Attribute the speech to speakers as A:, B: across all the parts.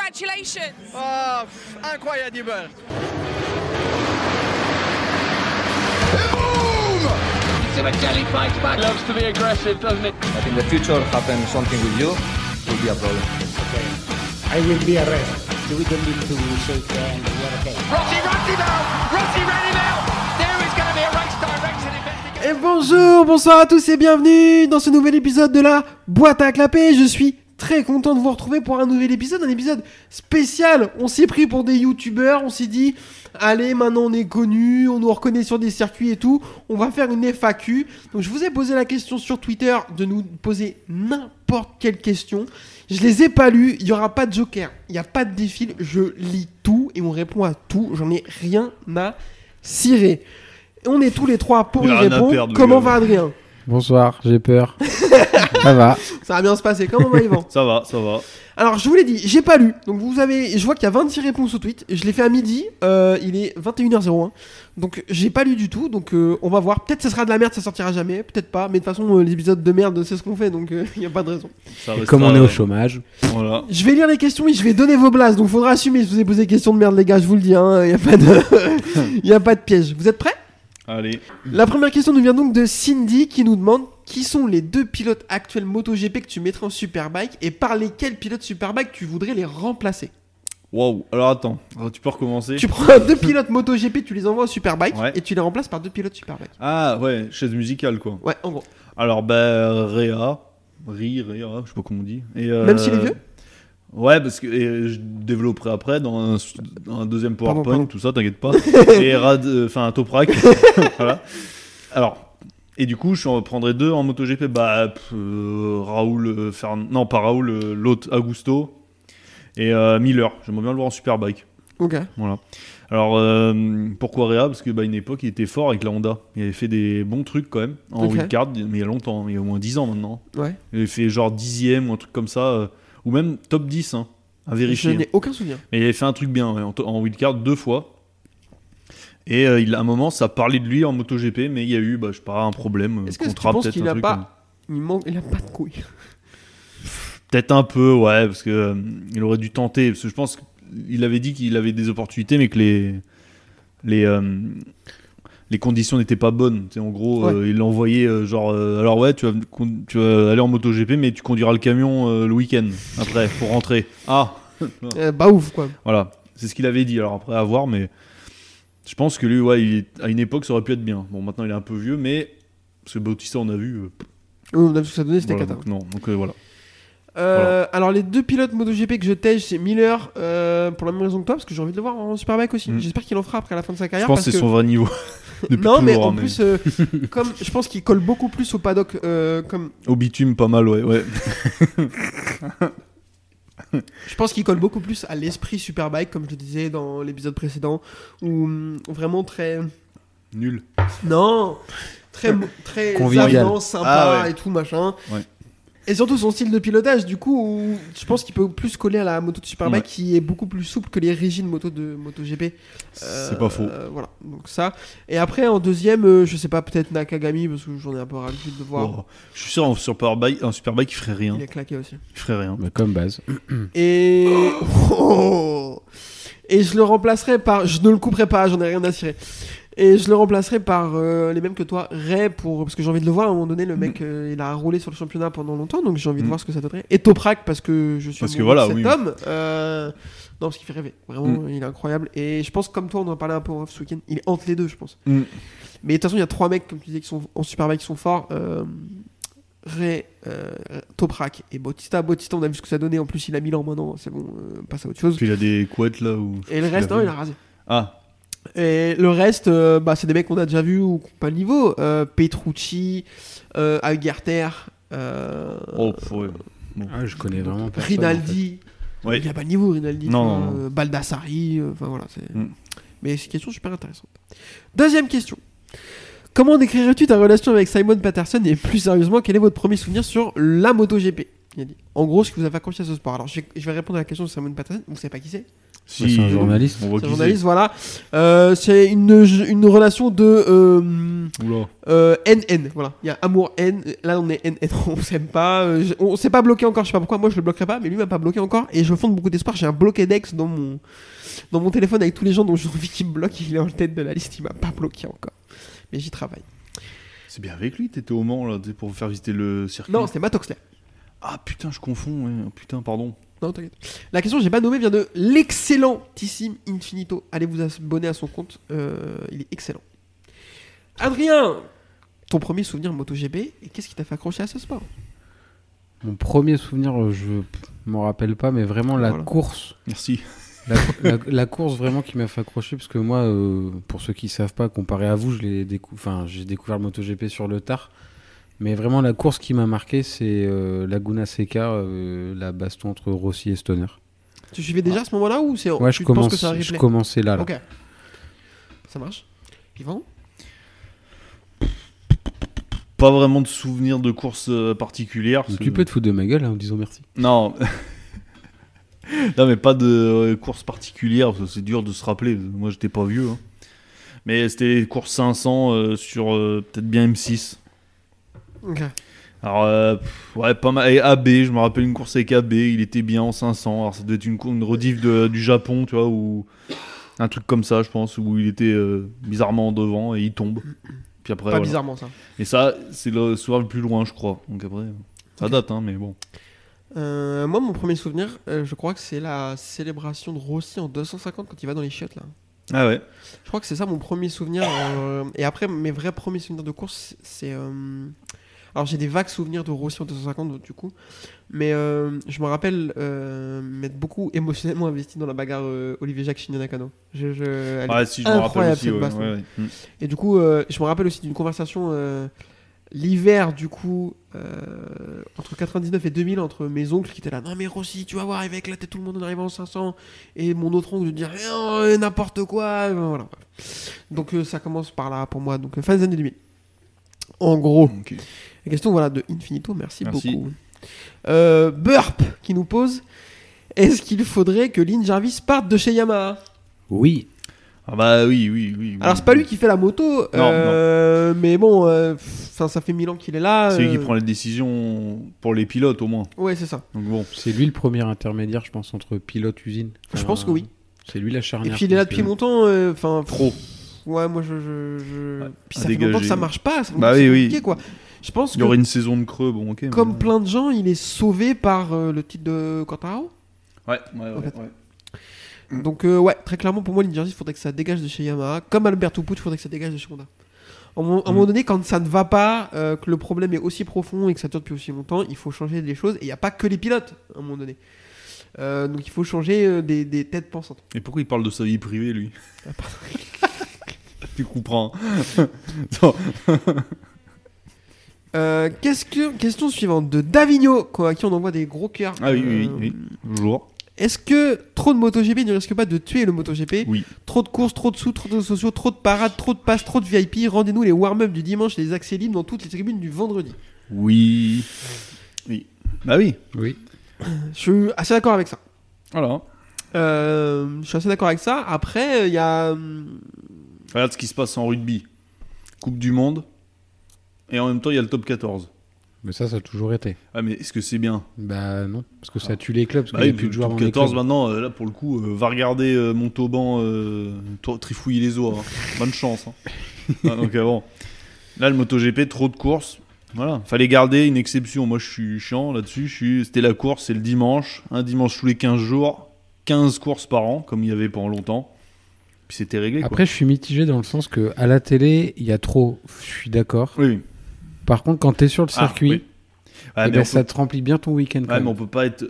A: Congratulations!
B: Ah, pff, incroyable!
C: Sebastian fights back.
D: Loves to be aggressive, doesn't it?
E: But in the future, happen something with you, it will be a problem.
F: I will be arrested. We don't need to shake hands. We're okay.
C: Rossi runs him out. Rossi ran him out. There is going to be a race direction investigation.
G: Et bonjour, bonsoir à tous et bienvenue dans ce nouvel épisode de la boîte à clapper. Je suis très content de vous retrouver pour un nouvel épisode, un épisode spécial. On s'est pris pour des youtubeurs, on s'est dit, allez, maintenant on est connu, on nous reconnaît sur des circuits et tout, on va faire une FAQ. Donc je vous ai posé la question sur Twitter de nous poser n'importe quelle question. Je les ai pas lues, il y aura pas de joker, il n'y a pas de défil, je lis tout et on répond à tout, j'en ai rien à cirer. On est tous les trois pour
H: Il
G: y
H: a rien à
G: répondre.
H: perdre, le
G: Comment
H: gars.
G: va Adrien
I: Bonsoir, j'ai peur. Ça va.
G: Ça va bien se passer. Comment va Yvan
H: Ça va, ça va.
G: Alors, je vous l'ai dit, j'ai pas lu. Donc, vous avez. Je vois qu'il y a 26 réponses au tweet. Je l'ai fait à midi. euh, il est 21h01. hein. Donc, j'ai pas lu du tout. Donc, euh, on va voir. Peut-être ce sera de la merde, ça sortira jamais. Peut-être pas. Mais de toute façon, euh, l'épisode de merde, c'est ce qu'on fait. Donc, il n'y a pas de raison.
H: Ça
I: Et
H: restera-
I: comme on est au chômage,
H: Voilà.
G: Je vais lire les questions et je vais donner vos blases. Donc, faudra assumer. Je vous ai posé des questions de merde, les gars. Je vous le dis. Hein. Il n'y a, pas de... il y a pas de piège. Vous êtes prêts
H: Allez.
G: La première question nous vient donc de Cindy qui nous demande qui sont les deux pilotes actuels MotoGP que tu mettrais en Superbike et par lesquels pilotes Superbike tu voudrais les remplacer
H: Wow. Alors attends, Alors, tu peux recommencer.
G: Tu prends deux pilotes MotoGP, tu les envoies en Superbike
H: Ouais.
G: et tu les remplaces par deux pilotes Superbike.
H: Ah ouais, chaise musicale quoi.
G: Ouais, en gros.
H: Alors bah Réa, Ri, Réa, je sais pas comment on dit. Et, euh,
G: Même s'il est vieux
H: Ouais, parce que et je développerai après dans un, dans un deuxième
G: Pardon,
H: PowerPoint,
G: pardon.
H: tout ça, t'inquiète pas. et Rad, euh, enfin Toprak. voilà. Alors. Et du coup, je en prendrai deux en MotoGP. Bah, pff, euh, Raoul, euh, Fern- non pas Raoul, euh, l'autre Augusto et euh, Miller. J'aimerais bien le voir en Superbike.
G: Ok.
H: Voilà. Alors, euh, pourquoi Réa Parce que bah, une époque, il était fort avec la Honda. Il avait fait des bons trucs quand même, en
G: Ok.
H: wildcard, mais il y a longtemps, il y a au moins 10 ans maintenant.
G: Ouais.
H: Il avait fait genre 10ème ou un truc comme ça, euh, ou même top 10, hein, à
G: Je
H: vérifier.
G: n'ai aucun souvenir.
H: Mais il avait fait un truc bien ouais, en, to- en wildcard deux fois. Et euh, il, à un moment, ça parlait de lui en MotoGP, mais il y a eu, bah, je sais pas, un problème. euh,
G: Est-ce que tu
H: contrat,
G: penses
H: peut-être,
G: qu'il
H: un
G: a
H: truc
G: pas.
H: comme-
G: Il, manque... il a pas de couilles.
H: Peut-être un peu, ouais, parce que euh, il aurait dû tenter. Parce que je pense qu'il avait dit qu'il avait des opportunités, mais que les les euh, les conditions n'étaient pas bonnes. Tu sais, en gros,
G: Ouais.
H: euh, il l'a envoyé euh, genre, euh, alors ouais, tu vas con- tu vas aller en MotoGP, mais tu conduiras le camion euh, le week-end après pour rentrer. Ah,
G: Euh, bah ouf quoi.
H: voilà, c'est ce qu'il avait dit. Alors après à voir, mais je pense que lui, ouais, il- à une époque, ça aurait pu être bien. Bon, maintenant, il est un peu vieux, mais parce que Bautista, on a vu. euh,
G: Oh, On a vu ce que ça donnait, c'était
H: voilà,
G: cata.
H: donc non, donc euh, voilà.
G: Euh, Alors, les deux pilotes MotoGP que je tège, c'est Miller euh, pour la même raison que toi, parce que j'ai envie de le voir en Superbike aussi.
H: Mm.
G: J'espère qu'il en fera après la fin de sa
H: Je
G: carrière.
H: pense
G: parce
H: que c'est
G: que-
H: son vrai niveau. Depuis
G: non, mais
H: toujours,
G: en
H: hein,
G: plus, euh, comme je pense qu'il colle beaucoup plus au paddock, euh, comme
H: Au bitume, pas mal, ouais. ouais.
G: je pense qu'il colle beaucoup plus à l'esprit Superbike, comme je le disais dans l'épisode précédent, où hum, vraiment très,
H: Nul.
G: non, très, mo- très
I: Convivial.
G: avenant, sympa
H: Ah ouais.
G: et tout machin.
H: Ouais.
G: Et surtout son style de pilotage, du coup, où je pense qu'il peut plus coller à la moto de Superbike
H: Ouais.
G: qui est beaucoup plus souple que les rigides motos de MotoGP.
H: C'est
G: Euh,
H: pas faux.
G: euh, voilà, donc ça. Et après, en deuxième, euh, je sais pas, peut-être Nakagami, parce que j'en ai un peu ras le cul de le voir.
H: Oh, je suis sûr, en Superbike, en Superbike, il ferait rien.
G: Il est claqué aussi.
H: Il ferait rien.
I: bah, comme base.
G: Et. Oh et je le remplacerai par. Je ne le couperai pas, j'en ai rien à cirer. Et je le remplacerai par euh, les mêmes que toi, Ray, pour... parce que j'ai envie de le voir à un moment donné. Le mec, euh, il a roulé sur le championnat pendant longtemps, donc j'ai envie de
H: Mm.
G: voir ce que ça donnerait. Et Toprak, parce que je suis
H: Parce que
G: amoureux
H: voilà,
G: de cet
H: oui. Mm.
G: homme. Euh, Non, parce qu'il fait rêver. Vraiment, il est incroyable. Et je pense, comme toi, on en parlait un peu en off ce week-end, il est entre les deux, je pense.
H: Mm.
G: Mais de toute façon, il y a trois mecs, comme tu disais, qui sont en Superbike qui sont forts. Euh... Ray, euh, Toprak et Bautista. Bautista, on a vu ce que ça donnait. En plus, il a Milan maintenant, c'est bon, euh, on passe à autre chose.
H: Puis il a des couettes là. Ou...
G: Et le reste, non, il a rasé.
H: Ah,
G: Et le reste, euh, bah, c'est des mecs qu'on a déjà vus ou qui ont pas le niveau. Euh, Petrucci, euh, Agarter, euh,
H: oh, pff, ouais.
I: Ah, je connais vraiment pas.
G: Rinaldi.
H: Ouais.
G: Il a pas le niveau, Rinaldi.
H: Non,
G: tu vois,
H: non, non.
G: euh, Baldassari. euh, Enfin voilà. c'est-
H: Mm.
G: Mais c'est une question super intéressante. Deuxième question. Comment décrirais-tu ta relation avec Simon Patterson et plus sérieusement, quel est votre premier souvenir sur la MotoGP Il a dit, En gros, ce qui vous a fait accrocher à ce sport. Alors, je vais, je vais répondre à la question de Simon Patterson. Vous savez pas qui c'est
H: Si,
I: C'est un journaliste.
H: On voit
G: C'est un
H: qui
G: journaliste, voilà. Euh, c'est une, une relation de euh,
H: c'est. Oula.
G: euh, NN, voilà. Il y a amour-haine. Là, on est NN, on s'aime pas. euh, je- on s'est pas bloqué encore, je sais pas pourquoi. Moi, je le bloquerai pas, mais lui m'a pas bloqué encore. Et je fonde beaucoup d'espoir. J'ai un bloqué d'ex dans mon, dans mon téléphone avec tous les gens dont j'ai envie qu'il me bloque. Il est en tête de la liste, il m'a pas bloqué encore. Mais j'y travaille.
H: C'est bien avec lui, t'étais au Mans là, t'es- pour faire visiter le
I: Mmh.
H: circuit.
G: Non, c'était Matt Oxley.
H: Ah putain, je confonds, ouais. putain, pardon.
G: Non, t'inquiète. La question que j'ai pas nommée vient de l'excellentissime Infinito. Allez vous abonner à son compte, euh, il est excellent. Adrien, ton premier souvenir MotoGP, et qu'est-ce qui t'a fait accrocher à ce sport
I: Mon premier souvenir, euh, je m'en rappelle pas, mais vraiment la
G: Voilà.
I: course.
H: Merci.
I: La, la- la course vraiment qui m'a fait accrocher, parce que moi, euh, pour ceux qui savent pas, comparé à vous, je l'ai décou- enfin, j'ai découvert le MotoGP sur le tard. Mais vraiment, la course qui m'a marqué, c'est euh, Laguna Seca, euh, la baston entre Rossi et Stoner.
G: Tu suivais déjà à ce moment-là ou c'est
I: Ah. Ouais,
G: Oh, tu
I: je,
G: penses
I: commence,
G: que c'est un
I: je
G: replay
I: commençais là. là.
G: Ok. Ça marche. Yvan
H: Pas vraiment de souvenir de course euh, particulière.
I: Donc,
H: c'est-
I: Tu peux te foutre de ma gueule hein, en disant merci.
H: Non. non, mais pas de euh, course particulière, parce que c'est dur de se rappeler. Moi, j'étais pas vieux. hein. Mais c'était course 500 euh, sur euh, peut-être bien M6.
G: Ok.
H: Alors, euh, pff, ouais, pas mal. Et AB, je me rappelle une course avec AB, il était bien en 500. Alors, ça devait être une, cour- une rediff de- du Japon, tu vois, ou un truc comme ça, je pense, où il était euh, bizarrement devant et il tombe. Puis après,
G: Pas
H: voilà.
G: bizarrement ça.
H: Et ça, c'est le soir le plus loin, je crois. Donc après, ça
G: Ok.
H: date, hein, mais bon.
G: Euh, moi, mon premier souvenir, euh, je crois que c'est la célébration de Rossi en 250 quand il va dans les chiottes là.
H: Ah ouais.
G: Je crois que c'est ça mon premier souvenir. euh, et après, mes vrais premiers souvenirs de course, c'est. euh, alors, j'ai des vagues souvenirs de Rossi en 250, du coup. Mais euh, je me rappelle euh, m'être beaucoup émotionnellement investi dans la bagarre euh, Olivier Jacques Chignon Nakano. Je, je- elle est
H: Ah, si, je me rappelle
G: incroyable,
H: aussi.
G: cette
H: ouais,
G: baston.
H: ouais, ouais. Mm.
G: Et du coup, euh, je me rappelle aussi d'une conversation euh, l'hiver, du coup, euh, entre 99 et 2000, entre mes oncles qui étaient là. Non, mais Rossi, tu vas voir, il va éclater tout le monde en arrivant en 500. Et mon autre oncle de dire Eh, oh, n'importe quoi. euh, Voilà. Donc, euh, ça commence par là pour moi. Donc, euh, fin des années 2000. En gros.
H: Ok.
G: La question voilà, de Infinito, merci,
H: Merci.
G: beaucoup. Euh, Burp qui nous pose Est-ce qu'il faudrait que Lynn Jarvis parte de chez Yamaha
I: Oui.
H: Ah bah oui, oui, oui. oui.
G: Alors c'est pas lui qui fait la moto,
H: Non,
G: euh, mais bon, euh, pff, ça, ça fait mille ans qu'il est là.
H: C'est lui qui
G: euh,
H: prend les décisions pour les pilotes, au moins.
G: Ouais, c'est ça.
H: Donc bon.
I: C'est lui le premier intermédiaire, je pense, entre pilote-usine.
G: Je pense que oui.
I: C'est lui la
G: Et
I: charnière.
G: puis il est là depuis longtemps, euh, enfin. pff,
H: Trop.
G: Ouais, moi je. je, je- Puis
H: à
G: ça fait longtemps que
H: dégager.
G: ça marche pas. Ça fait
H: Bah
G: longtemps que
H: oui,
G: c'est compliqué,
H: oui.
G: quoi. Je pense
H: Il y aurait euh,
G: que
H: une saison de creux, bon, ok. mais-
G: comme plein de gens, il est sauvé par euh, le titre de Quartararo.
H: Ouais, ouais, ouais.
G: En fait.
H: ouais.
G: Donc euh, ouais, très clairement pour moi Lin Jarvis, il faudrait que ça dégage de chez Yamaha, comme Alberto Pucci, il faudrait que ça dégage de chez Honda. À un
H: Mm.
G: moment- à un moment donné, quand ça ne va pas, euh, que le problème est aussi profond et que ça dure depuis aussi longtemps, il faut changer des choses. Et il n'y a pas que les pilotes, à un moment donné. Euh, donc il faut changer euh, des, des têtes pensantes.
H: Et pourquoi il parle de sa vie privée, lui
G: Ah,
H: Tu comprends.
G: Euh, qu'est-ce que, question suivante de Davigno, quoi, à qui on envoie des gros cœurs.
H: Ah oui, oui,
G: Euh,
H: oui. Bonjour.
G: Est-ce que trop de MotoGP ne risque pas de tuer le MotoGP
H: Oui.
G: Trop de courses, trop de sous, trop de sociaux, trop de parades, trop de passes, trop de VIP. Rendez-nous les warm-up du dimanche et les accès libres dans toutes les tribunes du vendredi.
H: Oui. Oui. Bah oui.
I: Oui.
G: Je suis assez d'accord avec ça.
H: Voilà.
G: Euh, je suis assez d'accord avec ça. Après, il y a. hum,
H: Regarde ce qui se passe en rugby. Coupe du Monde. Et en même temps, il y a le top 14.
I: Mais ça, ça a toujours été.
H: Ah, mais est-ce que c'est bien
I: Bah non, parce que ça tue les clubs, parce
H: Bah
I: qu'il n'y
H: oui,
I: a plus de
H: le
I: joueurs
H: top
I: dans les
H: 14
I: clubs.
H: maintenant, euh, là pour le coup, euh, va regarder euh, Montauban euh, to- trifouiller les os. hein. Bonne chance. hein. Ah, donc euh, bon. Là, le MotoGP, trop de courses. Voilà, fallait garder une exception. Moi, je suis chiant là-dessus. Je suis... C'était la course, c'est le dimanche. Un dimanche tous les 15 jours. 15 courses par an, comme il y avait pendant longtemps. Puis c'était réglé.
I: Après, je suis mitigé dans le sens que à la télé, il y a trop. Je suis d'accord.
H: quoi. Oui, oui.
I: Par contre, quand t'es sur le
H: Ah,
I: circuit,
H: oui. Ah,
I: eh
H: mais
I: ben,
H: on peut-
I: ça te remplit bien ton week-end. quand
H: Ouais, mais
I: même.
H: on peut pas être,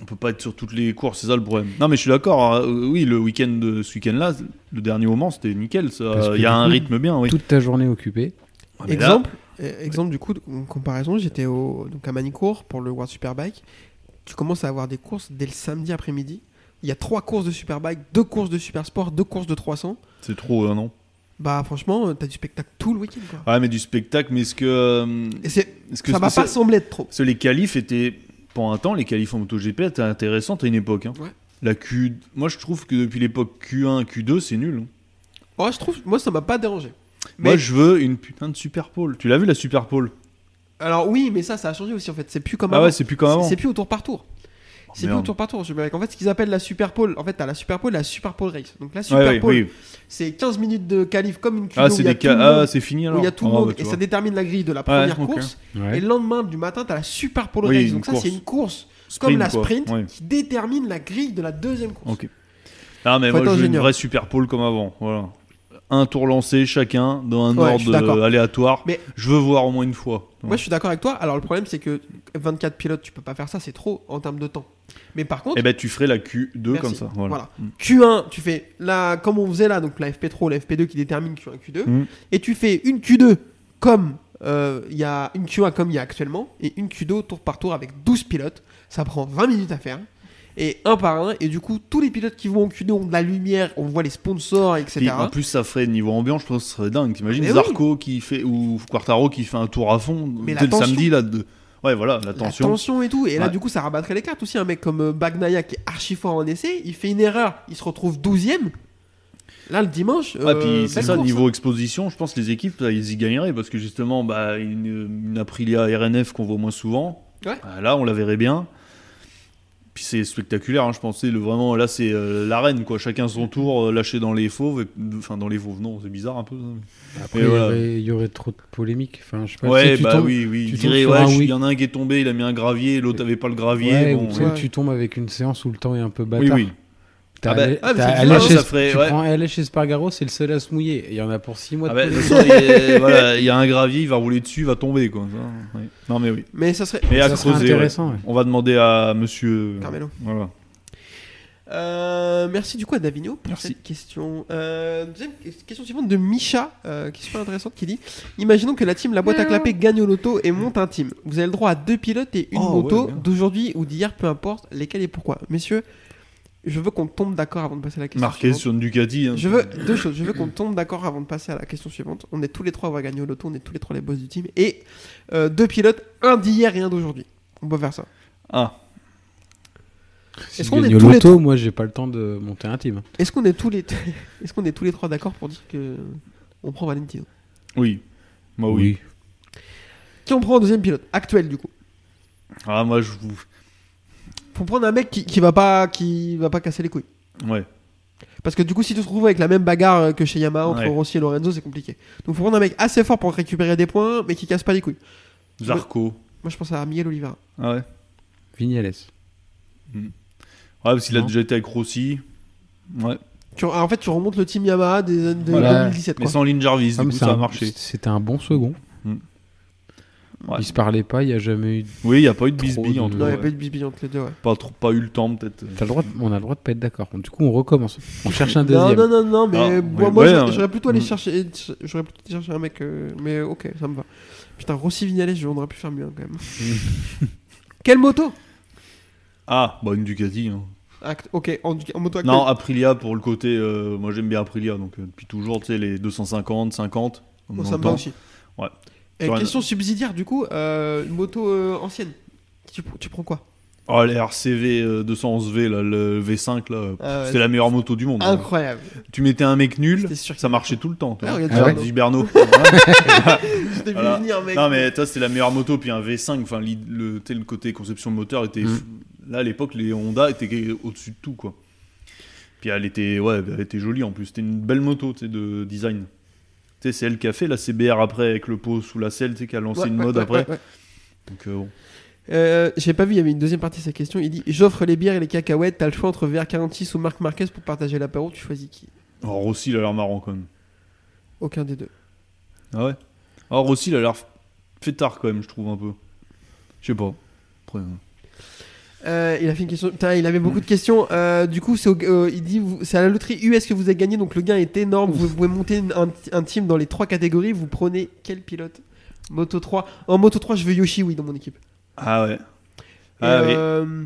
H: on peut pas être sur toutes les courses, c'est ça le problème. Non, mais je suis d'accord. hein. Euh, Oui, le week-end, de- ce week-end-là, le dernier moment, c'était nickel.
I: Parce
H: Ça,
I: que
H: il y
I: du
H: a un
I: coup,
H: rythme bien, oui.
I: Toute ta journée occupée.
H: Ouais, mais là-
G: exemple, euh, exemple du coup, de- en comparaison, j'étais au, donc à Manicourt pour le World Superbike. Tu commences à avoir des courses dès le samedi après-midi. Il y a trois courses de Superbike, deux courses de Supersport, deux courses de 300.
H: c'est trop, hein, non
G: Bah, franchement, euh, t'as du spectacle tout le week-end. quoi.
H: Ouais, mais du spectacle, mais est-ce que, euh,
G: Et c'est-
H: est-ce que
G: ça m'a
H: parce que-
G: pas semblé être trop.
H: parce que les qualifs étaient, pendant un temps, les qualifs en MotoGP étaient intéressants à une époque. hein.
G: Ouais.
H: La Q. Moi, je trouve que depuis l'époque Q1, Q2, c'est nul. hein.
G: Oh, je trouve, moi, ça m'a pas dérangé.
H: Moi,
G: Mais-
H: je veux une putain de Super Pole. Tu l'as vu la Super Pole
G: Alors oui, mais ça, ça a changé aussi en fait. C'est plus comme
H: Ah
G: avant.
H: ouais, c'est plus comme avant.
G: bah C'est- C'est plus au tour par tour. C'est plus
H: Oh, merde.
G: au tour par tour. je me En fait, ce qu'ils appellent la Super Pole, en fait, t'as la Super Pole, et la Super Pole Race. Donc la Super
H: Ouais, ouais,
G: Pole,
H: oui.
G: c'est 15 minutes de qualif comme une Q2
H: Ah,
G: où
H: c'est
G: il y a
H: des
G: tout le
H: cas. Ah,
G: monde-
H: c'est fini
G: où
H: alors.
G: il y a tout le
H: Ah,
G: monde
H: bah, tu
G: et
H: vois.
G: ça détermine la grille de la première
H: ok.
G: course.
I: Ouais.
G: Et le lendemain du matin, t'as la Super Pole
H: Oui,
G: Race.
H: une
G: Donc ça,
H: course.
G: c'est une course
H: Sprint,
G: comme la
H: quoi.
G: sprint
H: Ouais.
G: qui détermine la grille de la deuxième course.
H: Ok. Ah, mais
G: Faut être
H: moi, je veux une
G: ingénieur.
H: vraie Super Pole comme avant. Voilà. Un tour lancé chacun dans un
G: Ouais, je suis
H: ordre
G: d'accord.
H: euh, aléatoire.
G: Mais-
H: Je veux voir au moins une fois.
G: Moi, je suis d'accord avec toi. Alors, le problème, c'est que 24 pilotes, tu peux pas faire ça, c'est trop en termes de temps. Mais par contre,
H: Et ben, tu ferais la Q2
G: Merci.
H: comme ça. Voilà.
G: Voilà.
H: Mm.
G: Q1, tu fais la, comme on faisait là, donc la FP3 ou la FP2 qui détermine Q1, Q2,
H: Mm.
G: et tu fais une Q2 comme euh, il y a une Q1 comme il y a actuellement, et une Q2 tour par tour avec 12 pilotes. Ça prend 20 minutes à faire, et un par un, et du coup, tous les pilotes qui vont en Q2 ont de la lumière, on voit les sponsors,
H: Puis,
G: etc.
H: en plus, ça ferait niveau ambiance, je pense que ce serait dingue. T'imagines
G: Mais oui.
H: Zarco qui fait ou Quartaro qui fait un tour à fond
G: Mais la
H: dès le
G: tension.
H: samedi là. De... Ouais, voilà, la
G: La
H: tension.
G: tension et tout, et là
H: Ouais.
G: du coup ça rabattrait les cartes aussi. Un mec comme euh, Bagnaia qui est archi fort en essai, il fait une erreur, il se retrouve 12ème. Là le dimanche,
H: Ouais,
G: euh,
H: Ah, puis c'est
G: belle
H: ça,
G: course,
H: niveau exposition, je pense que les équipes, là, ils y gagneraient parce que justement, bah, une, une Aprilia RNF qu'on voit moins souvent,
G: Ouais.
H: bah, là, on la verrait bien. Puis c'est spectaculaire, hein, je pensais. Le, vraiment, là, c'est euh, l'arène, quoi. Chacun son tour, euh, lâché dans les fauves. et- Enfin, dans les fauves, non, c'est bizarre un peu. hein.
I: Après,
H: Et
I: il y
H: voilà.
I: aurait- il y, aurait trop de polémiques. Enfin, je sais pas, tu
H: Ouais,
I: sais, tu
H: bah
I: tombes-
H: oui, oui.
I: tu
H: Il
I: tombes
H: dirait,
I: sur
H: ouais,
I: un
H: je- il
I: oui.
H: y en a un qui est tombé, il a mis un gravier, l'autre avait pas le gravier.
I: Ouais,
H: bon,
I: ou tu sais,
H: ouais.
I: tu tombes avec une séance où le temps est un peu
H: Oui,
I: bâtard.
H: oui.
I: T'as
H: Ah bah,
I: allé-
G: ah, mais
I: t'as
G: c'est
I: allé
G: bizarre,
I: chez-
H: ça ferait-
I: tu
H: ouais.
I: prends allé chez Spargaro, c'est le seul à se mouiller. Il y en a pour 6 mois.
H: Ah
I: de
H: bah, de toute
I: polémique.
H: façon, il y a- voilà, il y a un gravier, il va rouler dessus, il va tomber, quoi. Ça, ouais. Non, mais oui.
G: Mais ça serait.
H: Mais à
I: ça serait
H: creuser, ouais.
I: intéressant. ouais.
H: On va demander à monsieur.
G: Carmelo.
H: Voilà.
G: Euh, merci du coup à Davigno pour
H: Merci.
G: cette question. Euh, deuxième question suivante de Micha, euh, qui est super intéressante, qui dit Imaginons que la team La Boîte à Clapper gagne au loto et monte un team. Vous avez le droit à deux pilotes et une
H: Oh,
G: moto
H: ouais, bien.
G: d'aujourd'hui ou d'hier, peu importe, lesquels et pourquoi. Messieurs, je veux qu'on tombe d'accord avant de passer à la question
H: Marqué
G: suivante.
H: sur une Ducati. hein.
G: Je veux deux choses. Je veux qu'on tombe d'accord avant de passer à la question suivante. On est tous les trois à avoir gagné au loto, on est tous les trois les boss du team. Et euh, deux pilotes, un d'hier et un d'aujourd'hui. On peut faire ça.
H: Ah,
I: Si
G: Est-ce
I: je
G: qu'on est
I: gagne au
G: tous les
I: loto,
G: trois-
I: moi, j'ai pas le temps de monter un team.
G: Est-ce qu'on est tous les est-ce qu'on est tous les trois d'accord pour dire que on prend Valentino
H: oui. Moi, Ah oui.
G: Qui on prend en deuxième pilote actuel du coup
H: Ah, moi, je vous.
G: Pour prendre un mec qui, qui va pas qui va pas casser les couilles.
H: Ouais.
G: Parce que du coup si tu te retrouves avec la même bagarre euh, que chez Yamaha entre
H: Ouais.
G: Rossi et Lorenzo c'est compliqué. Donc faut prendre un mec assez fort pour récupérer des points mais qui casse pas les couilles.
H: Zarco.
G: Moi je pense à Miguel Oliveira.
H: Ah ouais. Ouais, Ah,
I: Vignales.
H: parce qu'il a
I: Non.
H: déjà été avec Rossi. Ouais.
G: Tu, en fait tu remontes le team Yamaha des, de
I: Voilà.
G: 2017
H: Mais
G: quoi.
H: sans Lynn Jarvis,
I: Ah,
H: du
I: mais
H: coup,
I: c'est
H: ça a
I: un-
H: marché.
I: C'était un bon second.
H: Mm. Ouais.
I: Ils se parlaient pas, il y a jamais eu. de-
H: Oui, il n'y a pas eu de
I: Trop
H: bisbille en
I: de-
H: tout
G: Non,
H: cas.
G: il y a pas eu de bisbille entre les deux, ouais.
H: Pas, trop- pas eu le temps, peut-être.
I: T'as le droit de- On a le droit de pas être d'accord. Du coup, on recommence. On cherche un
G: Non,
I: deuxième.
G: non, non, non, mais
H: Ah,
G: moi,
H: oui.
G: moi,
H: Ouais,
G: j'aurais-
H: ouais.
G: j'aurais plutôt allé
H: Mm.
G: chercher, j'aurais plutôt cherché un mec, euh, mais ok, ça me va. Putain, Rossi Vignales, on aurait pu faire mieux quand même. Quelle moto
H: Ah, bah, une Ducati. hein.
G: Act- Ok, en, en moto actuelle.
H: Non, Aprilia pour le côté. euh, moi, j'aime bien Aprilia, donc euh, depuis toujours, tu sais, les 250, 50. on
G: Bon, Oh, ça me
H: entend.
G: va aussi.
H: ah, Ouais.
G: Et
H: Sur un-
G: question subsidiaire du coup, euh, une moto euh, ancienne. Tu, tu prends quoi
H: Oh, les RCV euh, 211V, là, le V5, là, euh,
G: Ah ouais,
H: c'était la meilleure moto du monde. hein.
G: Incroyable.
H: Tu mettais un mec nul,
G: C'était sûr.
H: ça marchait tout le temps. tu
G: Ah,
H: vois.
G: regarde,
I: Ah ouais.
H: Giberno.
G: Je t'ai vu
H: Voilà.
G: venir, mec.
H: non mais ça c'était la meilleure moto puis un V5 enfin l'i- le, tu sais, le côté conception de moteur était
I: Mm.
H: là à l'époque les Honda étaient au-dessus de tout quoi. Puis elle était ouais elle était jolie en plus c'était une belle moto tu sais, de design. Tu sais c'est elle qui a fait la CBR après avec le pot sous la selle tu sais qui a lancé
G: Ouais,
H: une
G: ouais,
H: mode
G: ouais,
H: après.
G: ouais, ouais.
H: Donc euh, bon.
G: Euh, J'ai pas vu, il y avait une deuxième partie de sa question. Il dit J'offre les bières et les cacahuètes, t'as le choix entre VR46 ou Marc Marquez pour partager l'apéro, tu choisis qui
H: Oh, Rossi il a l'air marrant quand même.
G: Aucun des deux.
H: Ah ouais. Oh Rossi il a l'air fêtard quand même je trouve un peu. Je sais pas. Après, euh,
G: Euh, il a fait une question. Putain, il avait beaucoup de questions. Euh, du coup, c'est au- euh, il dit vous- c'est à la loterie US que vous avez gagné, donc le gain est énorme. Vous pouvez monter une- un, un team dans les trois catégories. Vous prenez quel pilote Moto 3. En Moto 3, je veux Yoshi, oui, dans mon équipe.
H: Ah ouais.
G: Et,
H: Ah oui.
G: euh,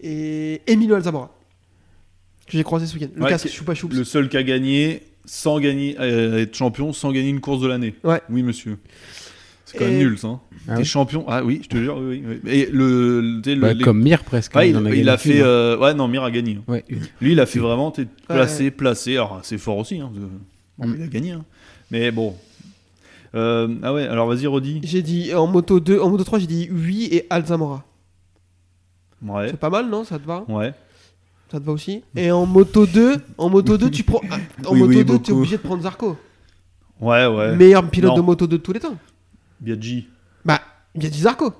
G: et Emilio Alzamora, que j'ai croisé ce week-end. Le
H: Ouais,
G: casque
H: qui-
G: choupa choups.
H: Le seul qui a gagné sans gagner, euh, être champion sans gagner une course de l'année.
G: Ouais.
H: Oui, monsieur. C'est quand même
G: Et-
H: nul ça. hein.
I: Ah
H: T'es
I: oui
H: champion. Ah oui, je te jure. oui, oui, oui. Et le, le- tu sais, le-
I: Bah,
H: les-
I: Comme Mir presque.
H: Ouais,
I: hein,
H: il,
I: en
H: il
I: gagné
H: a
I: qu'une,
H: fait.
I: hein.
H: euh, Ouais, non, Mir a gagné. hein.
I: Ouais, une.
H: Lui, il a fait vraiment t'es placé,
G: Ouais.
H: placé. Alors, c'est fort aussi. hein, de-
I: Mm.
H: Il a gagné. hein. Mais bon. Euh, ah ouais, alors vas-y, redis.
G: J'ai dit en moto 2, en moto 3, j'ai dit oui et Alzamora.
H: Ouais.
G: C'est pas mal, non Ça te va
H: Ouais.
G: Ça te va aussi Et en moto 2, en moto 2, tu prends. ah, En
E: Oui,
G: moto 2, t'es
E: oui, beaucoup.
G: obligé de prendre Zarco.
H: Ouais, ouais.
G: Meilleur pilote
H: Non.
G: de moto 2 de tous les temps.
H: Biaggi.
G: Bah, il y a dit Zarco.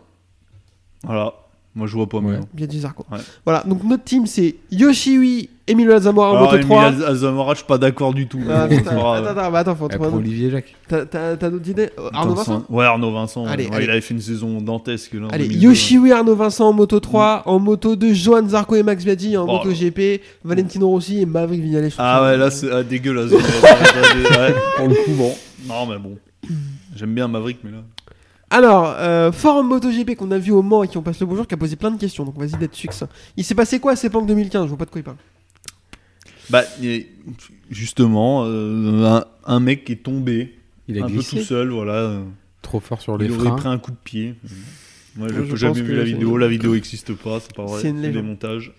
H: Voilà. Moi, je vois pas.
I: Ouais.
H: mais non.
G: Il y a dit Zarco.
H: Ouais.
G: Voilà, donc notre team, c'est Yoshiwi, Emilio Alzamora en
H: Alors,
G: moto 3.
H: Oh, Emile Azamora, je suis pas d'accord du tout.
G: Ah, putain,
H: Faudra-
G: attends, attends, bah, attends, faut
I: Ah,
G: trouver
I: pour
G: un autre.
I: Olivier Jacques.
G: T'as- T'as t'as d'autres idées Euh, Arnaud Vincent
H: Ouais, Arnaud Vincent.
G: Allez,
H: ouais,
G: allez.
H: Il avait fait une saison dantesque. Là, en
G: Allez,
H: 2002.
G: Yoshiwi, Arnaud Vincent en moto 3, en moto 2, Johan Zarco et Max Biaggi en
H: Oh.
G: moto GP, Valentino Rossi et Maverick Vinales.
H: Ah ouais, là, c'est ah, dégueulasse. Ouais,
E: Pour le coup, bon.
H: Non, mais bon. J'aime bien Maverick, mais là.
G: Alors, euh, forum MotoGP qu'on a vu au Mans et qui on passe le bonjour, qui a posé plein de questions, donc vas-y d'être succinct. Il s'est passé quoi à Sepang 2015 Je vois pas de quoi il parle.
H: Bah, et- justement, euh, un, un mec qui est tombé,
I: Il a
H: un peu tout
I: glissé.
H: seul, voilà. euh,
I: Trop fort sur les
H: Il aurait
I: freins.
H: pris un coup de pied. Moi, je
G: Moi, je
H: n'ai jamais
G: pense
H: vu
G: que
H: la
G: c'est-
H: vidéo. La vidéo n'existe pas, c'est pas vrai.
G: C'est une
H: des
G: légende.
H: montages.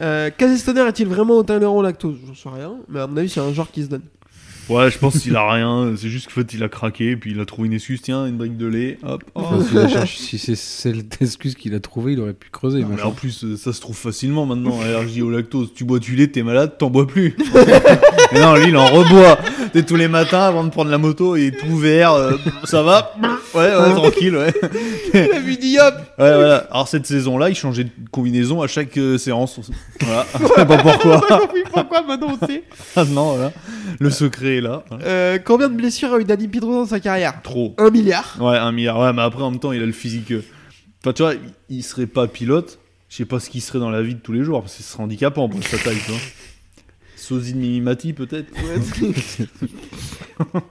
G: Euh, Kazestoner est-il vraiment intolérant au lactose J'en sais rien, mais à mon avis, c'est un genre qui se donne.
H: Ouais, je pense qu'il a rien. C'est juste qu'en fait, il a craqué, puis il a trouvé une excuse. Tiens, une brique de lait. Hop. oh.
I: Enfin, s'il la cherche- si c'est celle d'excuse qu'il a trouvée, il aurait pu creuser.
H: Non, mais
I: machin.
H: en plus, euh, ça se trouve facilement maintenant. Allergie au lactose. Tu bois du lait, t'es malade, t'en bois plus. Mais non, lui, il en reboit. T'es tous les matins avant de prendre la moto, il est tout vert. euh, ça va Ouais, ouais, tranquille, ouais.
G: Il a vu dit hop
H: Ouais, voilà. Alors cette saison-là, il changeait de combinaison à chaque euh, séance. Voilà. Je sais pas pourquoi.
G: Oui, pourquoi maintenant on sait
H: Ah non, voilà. Le secret est là.
G: Euh, Combien de blessures a eu Dani Pedro dans sa carrière
H: Trop.
G: Un milliard.
H: Ouais, un milliard. Ouais, mais après, en même temps, il a le physique. euh, Enfin, tu vois, il- il serait pas pilote. Je sais pas ce qu'il serait dans la vie de tous les jours, parce que ce serait handicapant pour sa taille, tu vois. Sosie de Mimimati, peut-être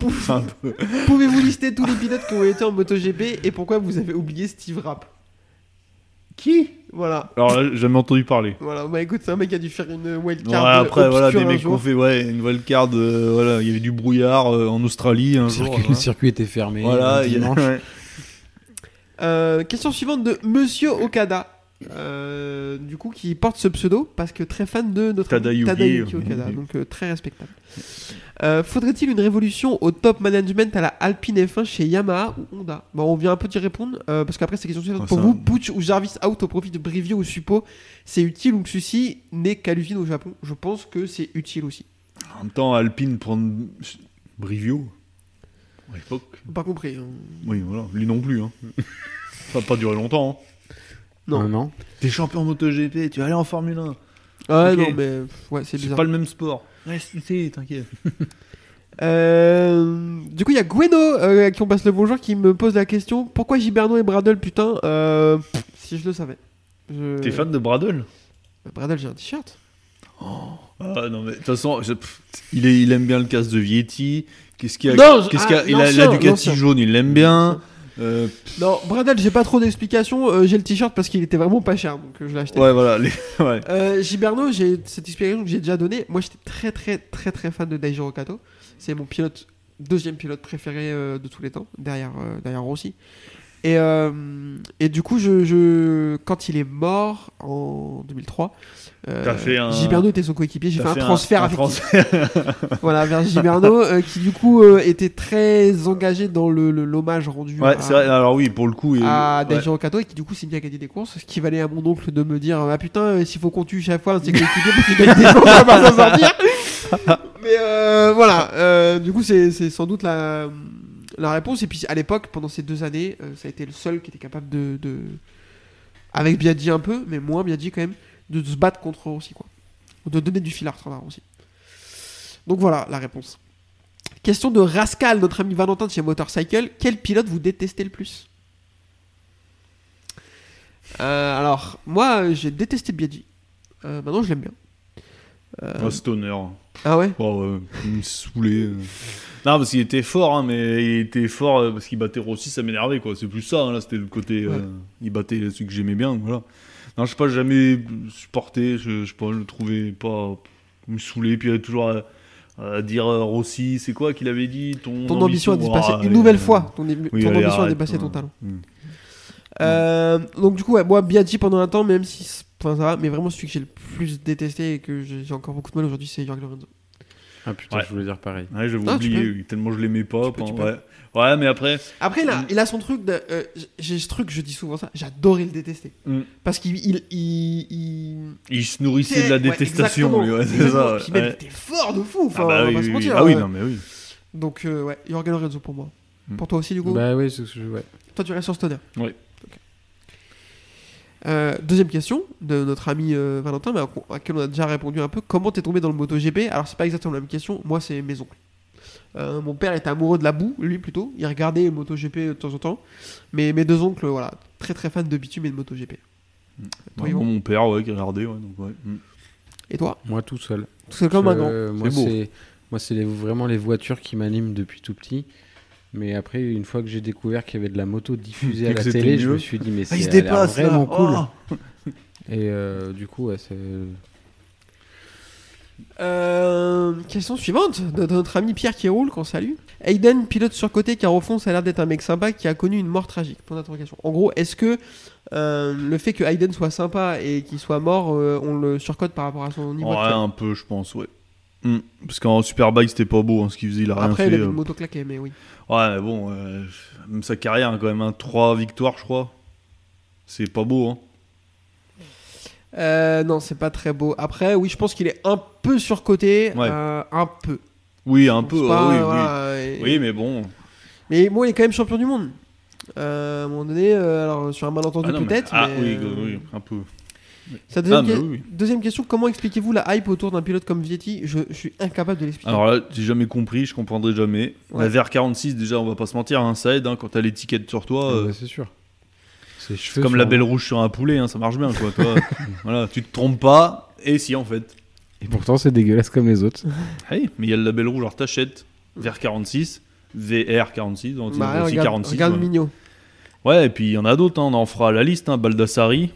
H: Enfin, un peu.
G: Pouvez-vous lister tous les pilotes qui ont été en MotoGP et pourquoi vous avez oublié Steve Rapp Qui Voilà.
H: Alors là, j'ai jamais entendu parler.
G: Voilà, bah écoute, c'est un mec qui a dû faire une
H: Ouais,
G: wildcard.
H: après, voilà, des mecs qui ont
G: confus.
H: fait ouais, une wildcard. euh, voilà, il y avait du brouillard euh, en Australie un
I: le,
H: jour. hein. euh,
I: circuit, le circuit était fermé.
H: Voilà,
I: le
H: il y a-
I: dimanche.
H: ouais.
G: Euh, question suivante de Monsieur Okada. Euh, du coup, qui porte ce pseudo parce que très fan de notre ami
H: Tadayuki.
G: Tadayuki Okada, donc euh, très respectable. Euh, Faudrait-il une révolution au top management à la Alpine F1 chez Yamaha ou Honda Bon, on vient un peu d'y répondre euh, parce qu'après, c'est question suivante.
H: Ah,
G: Pour
H: ça-
G: vous, Butch ou Jarvis out au profit de Brivio ou Suppo, c'est utile ou Susi n'est qu'à l'usine au Japon Je pense que c'est utile aussi.
H: En même temps, Alpine prendre Brivio à l'époque.
G: Pas compris. hein.
H: Oui, voilà, lui non plus. Hein. Ça va pas durer longtemps. hein.
G: Non.
I: Non, non.
H: T'es champion MotoGP, tu vas aller en Formule 1.
G: Ah
H: Ok.
G: non, mais pff, ouais, c'est
H: C'est
G: bizarre.
H: pas le même sport. Reste ici, t'inquiète.
G: Euh, du coup, il y a Gweno euh, à qui on passe le bonjour qui me pose la question pourquoi Giberno et Bradle putain euh, pff, Si je le savais. Je-
H: T'es fan de Bradle
G: Bah, Bradle, j'ai un t-shirt.
H: Ah non, mais de toute façon, je- pff, il, est- il aime bien le casse de Vietti. Qu'est-ce qu'il y a,
G: Non, je-
H: qu'est-ce
G: ah,
H: qu'il y a Il a
G: l'ancien,
H: la Ducati
G: l'ancien.
H: jaune, il l'aime bien. Euh,
G: Non, Bradle, j'ai pas trop d'explications. euh, j'ai le t-shirt parce qu'il était vraiment pas cher, donc euh, je l'ai acheté.
H: ouais, voilà. les- ouais.
G: Euh, Giberno, j'ai cette explication que j'ai déjà donnée. Moi, j'étais très, très, très, très fan de Daijiro Kato. C'est mon pilote, deuxième pilote préféré euh, de tous les temps, derrière, euh, derrière Rossi. Et, euh, et du coup, je, je- quand il est mort en 2003, euh,
H: T'as fait un-
G: Giberno était son coéquipier. J'ai fait,
H: T'as
G: un transfert
H: un
G: affectif
H: transfert.
G: voilà, vers Giberno, euh, qui du coup euh, était très engagé dans le- le- l'hommage rendu
H: Ouais,
G: à-
H: c'est vrai. Alors oui, pour le coup, il-
G: à
H: ouais.
G: Daijiro Kato et qui du coup s'est mis à gagner des courses, ce qui valait à mon oncle de me dire ah putain euh, s'il faut qu'on tue chaque fois un de ses coéquipiers pour qu'il gagne des courses on va pas s'en sortir. Mais euh, voilà, euh, du coup c'est c'est sans doute la, la réponse et puis à l'époque pendant ces deux années euh, ça a été le seul qui était capable de, de avec Biaggi un peu mais moins Biaggi quand même de, se battre contre eux aussi quoi, de donner du fil à retravers aussi. Donc voilà la réponse. Question de Rascal, notre ami Valentin de chez Motorcycle. Quel pilote vous détestez le plus euh, alors, moi, euh, j'ai détesté Biaggi. Euh, maintenant, je l'aime bien.
H: Un stoner.
G: Ah ouais
H: Oh, ouais, il me saoulait. euh. Non, parce qu'il était fort, hein, mais il était fort euh, parce qu'il battait Rossi, ça m'énervait, quoi. C'est plus ça, hein, là, c'était le côté. euh,
G: Ouais.
H: il battait celui que j'aimais bien, voilà. Non, je sais pas, j'ai jamais supporté, je, je sais pas, je le trouvais pas. Il me saoulait, puis il y avait toujours. euh, euh, dire euh, Rossi, c'est quoi qu'il avait dit Ton,
G: Ton ambition a dépassé
H: Ah,
G: une
H: allez,
G: nouvelle
H: euh,
G: fois. Ton, ému-
H: oui,
G: ton
H: allez,
G: ambition a
H: arrête,
G: dépassé
H: hein.
G: ton talent.
I: Mm.
G: Euh, donc du coup, ouais, moi, Biaggi pendant un temps, même si c'est- enfin, ça va, mais vraiment celui que j'ai le plus détesté et que j'ai j'ai encore beaucoup de mal aujourd'hui, c'est Jorg Lorenzo.
I: Ah putain,
H: Ouais.
I: je voulais dire pareil.
H: Ouais, je l'avais
G: Ah, tu
H: oublié, tellement je l'aimais pas.
G: Tu peux, tu
H: pendant-
G: peux.
H: ouais. ouais, mais après,
G: Après, il
H: Hmm.
G: a, il a son truc. de- euh, j'ai ce truc, je dis souvent ça. J'adorais le détester
H: Mm.
G: parce qu'il il, il, il-
H: il se nourrissait de la
G: Ouais,
H: détestation, lui,
G: exactement.
H: ouais, c'est
G: Exactement.
H: ça.
G: Puis
H: ouais.
G: même, il était fort de fou. Enfin,
H: Ah, bah
G: on va
H: oui,
G: pas se
H: oui, oui.
G: mentir.
H: Ah oui,
G: euh,
H: non, mais oui.
G: Donc euh, ouais, Jorgen Lorenzo pour moi.
H: Mm.
G: Pour toi aussi, Hugo.
I: Bah oui, c'est ce que je. Ouais.
G: Toi, tu restes sur Stoner.
H: Oui.
G: Ok. Euh, deuxième question de notre ami euh, Valentin, mais à, à laquelle on a déjà répondu un peu. Comment t'es tombé dans le MotoGP Alors, c'est pas exactement la même question. Moi, c'est mes oncles. Euh, mon père était amoureux de la boue, lui plutôt. Il regardait le MotoGP euh, de temps en temps. Mais mes deux oncles, voilà, très très fans de bitume et de MotoGP. Toi,
H: Ouais,
G: Yvan
H: mon père, ouais, qui regardait, ouais, donc ouais. Mm.
G: Et toi
I: Moi tout seul.
G: Tout seul comme un grand.
I: Euh, moi,
H: C'est beau.
I: c'est moi, c'est les- vraiment les voitures qui m'animent depuis tout petit. Mais après, une fois que j'ai découvert qu'il y avait de la moto diffusée
H: Et
I: à
H: que
I: la
H: c'était
I: télé, je
H: mieux.
I: me suis dit, mais
H: Ah, il se
I: c'est elle a l'air
H: dépasse, là.
I: vraiment cool.
H: Oh.
I: Et euh, du coup, ouais, c'est.
G: Euh, question suivante de de notre ami Pierre qui roule, qu'on salue. Hayden, pilote surcoté, car au fond, ça a l'air d'être un mec sympa qui a connu une mort tragique. Point d'interrogation. En gros, est-ce que euh, le fait que Hayden soit sympa et qu'il soit mort, euh, on le surcote par rapport à son niveau
H: Ouais,
G: actuel
H: un peu, je pense, ouais. Mm. Parce qu'en Superbike, c'était pas beau, hein, ce qu'il faisait, il a rien
G: Après, il
H: fait.
G: a
H: euh,
G: une moto claquée, mais oui.
H: Ouais, mais bon, euh, même sa carrière, hein, quand même, hein, 3 victoires, je crois. C'est pas beau, hein.
G: Euh, non, c'est pas très beau. Après, oui, je pense qu'il est un peu surcoté.
H: Ouais.
G: euh, un peu.
H: Oui, un
G: Je
H: peu,
G: pense
H: ah
G: pas,
H: oui, oui.
G: voilà, et-
H: Oui, mais bon.
G: Mais bon, il est quand même champion du monde. Euh, à un moment donné, euh, alors sur un malentendu
H: Ah, non, mais-
G: peut-être.
H: Ah
G: mais,
H: oui,
G: euh,
H: oui, un peu.
G: Sa deuxième,
H: Ah, mais
G: que-
H: oui, oui.
G: deuxième question, comment expliquez-vous la hype autour d'un pilote comme Vietti je, je suis incapable de l'expliquer.
H: Alors là, j'ai jamais compris, je comprendrai jamais.
G: Ouais.
H: La VR46, déjà, on va pas se mentir, hein, ça aide hein, quand t'as l'étiquette sur toi.
G: Ah,
H: euh,
I: Ouais,
G: bah,
I: c'est sûr. C'est
H: c'est comme la belle rouge sur un poulet, hein, ça marche bien, quoi. Toi, voilà, tu te trompes pas, et si en fait.
I: Et pourtant, c'est dégueulasse comme les autres.
H: Hey, mais il y a le label rouge, alors t'achètes VR46, VR46, on dit
G: Bah,
H: aussi
G: regarde,
H: 46.
G: regarde
H: ouais.
G: Mignot.
H: Ouais, et puis il y en a d'autres, hein, on en fera la liste, hein, Baldassari.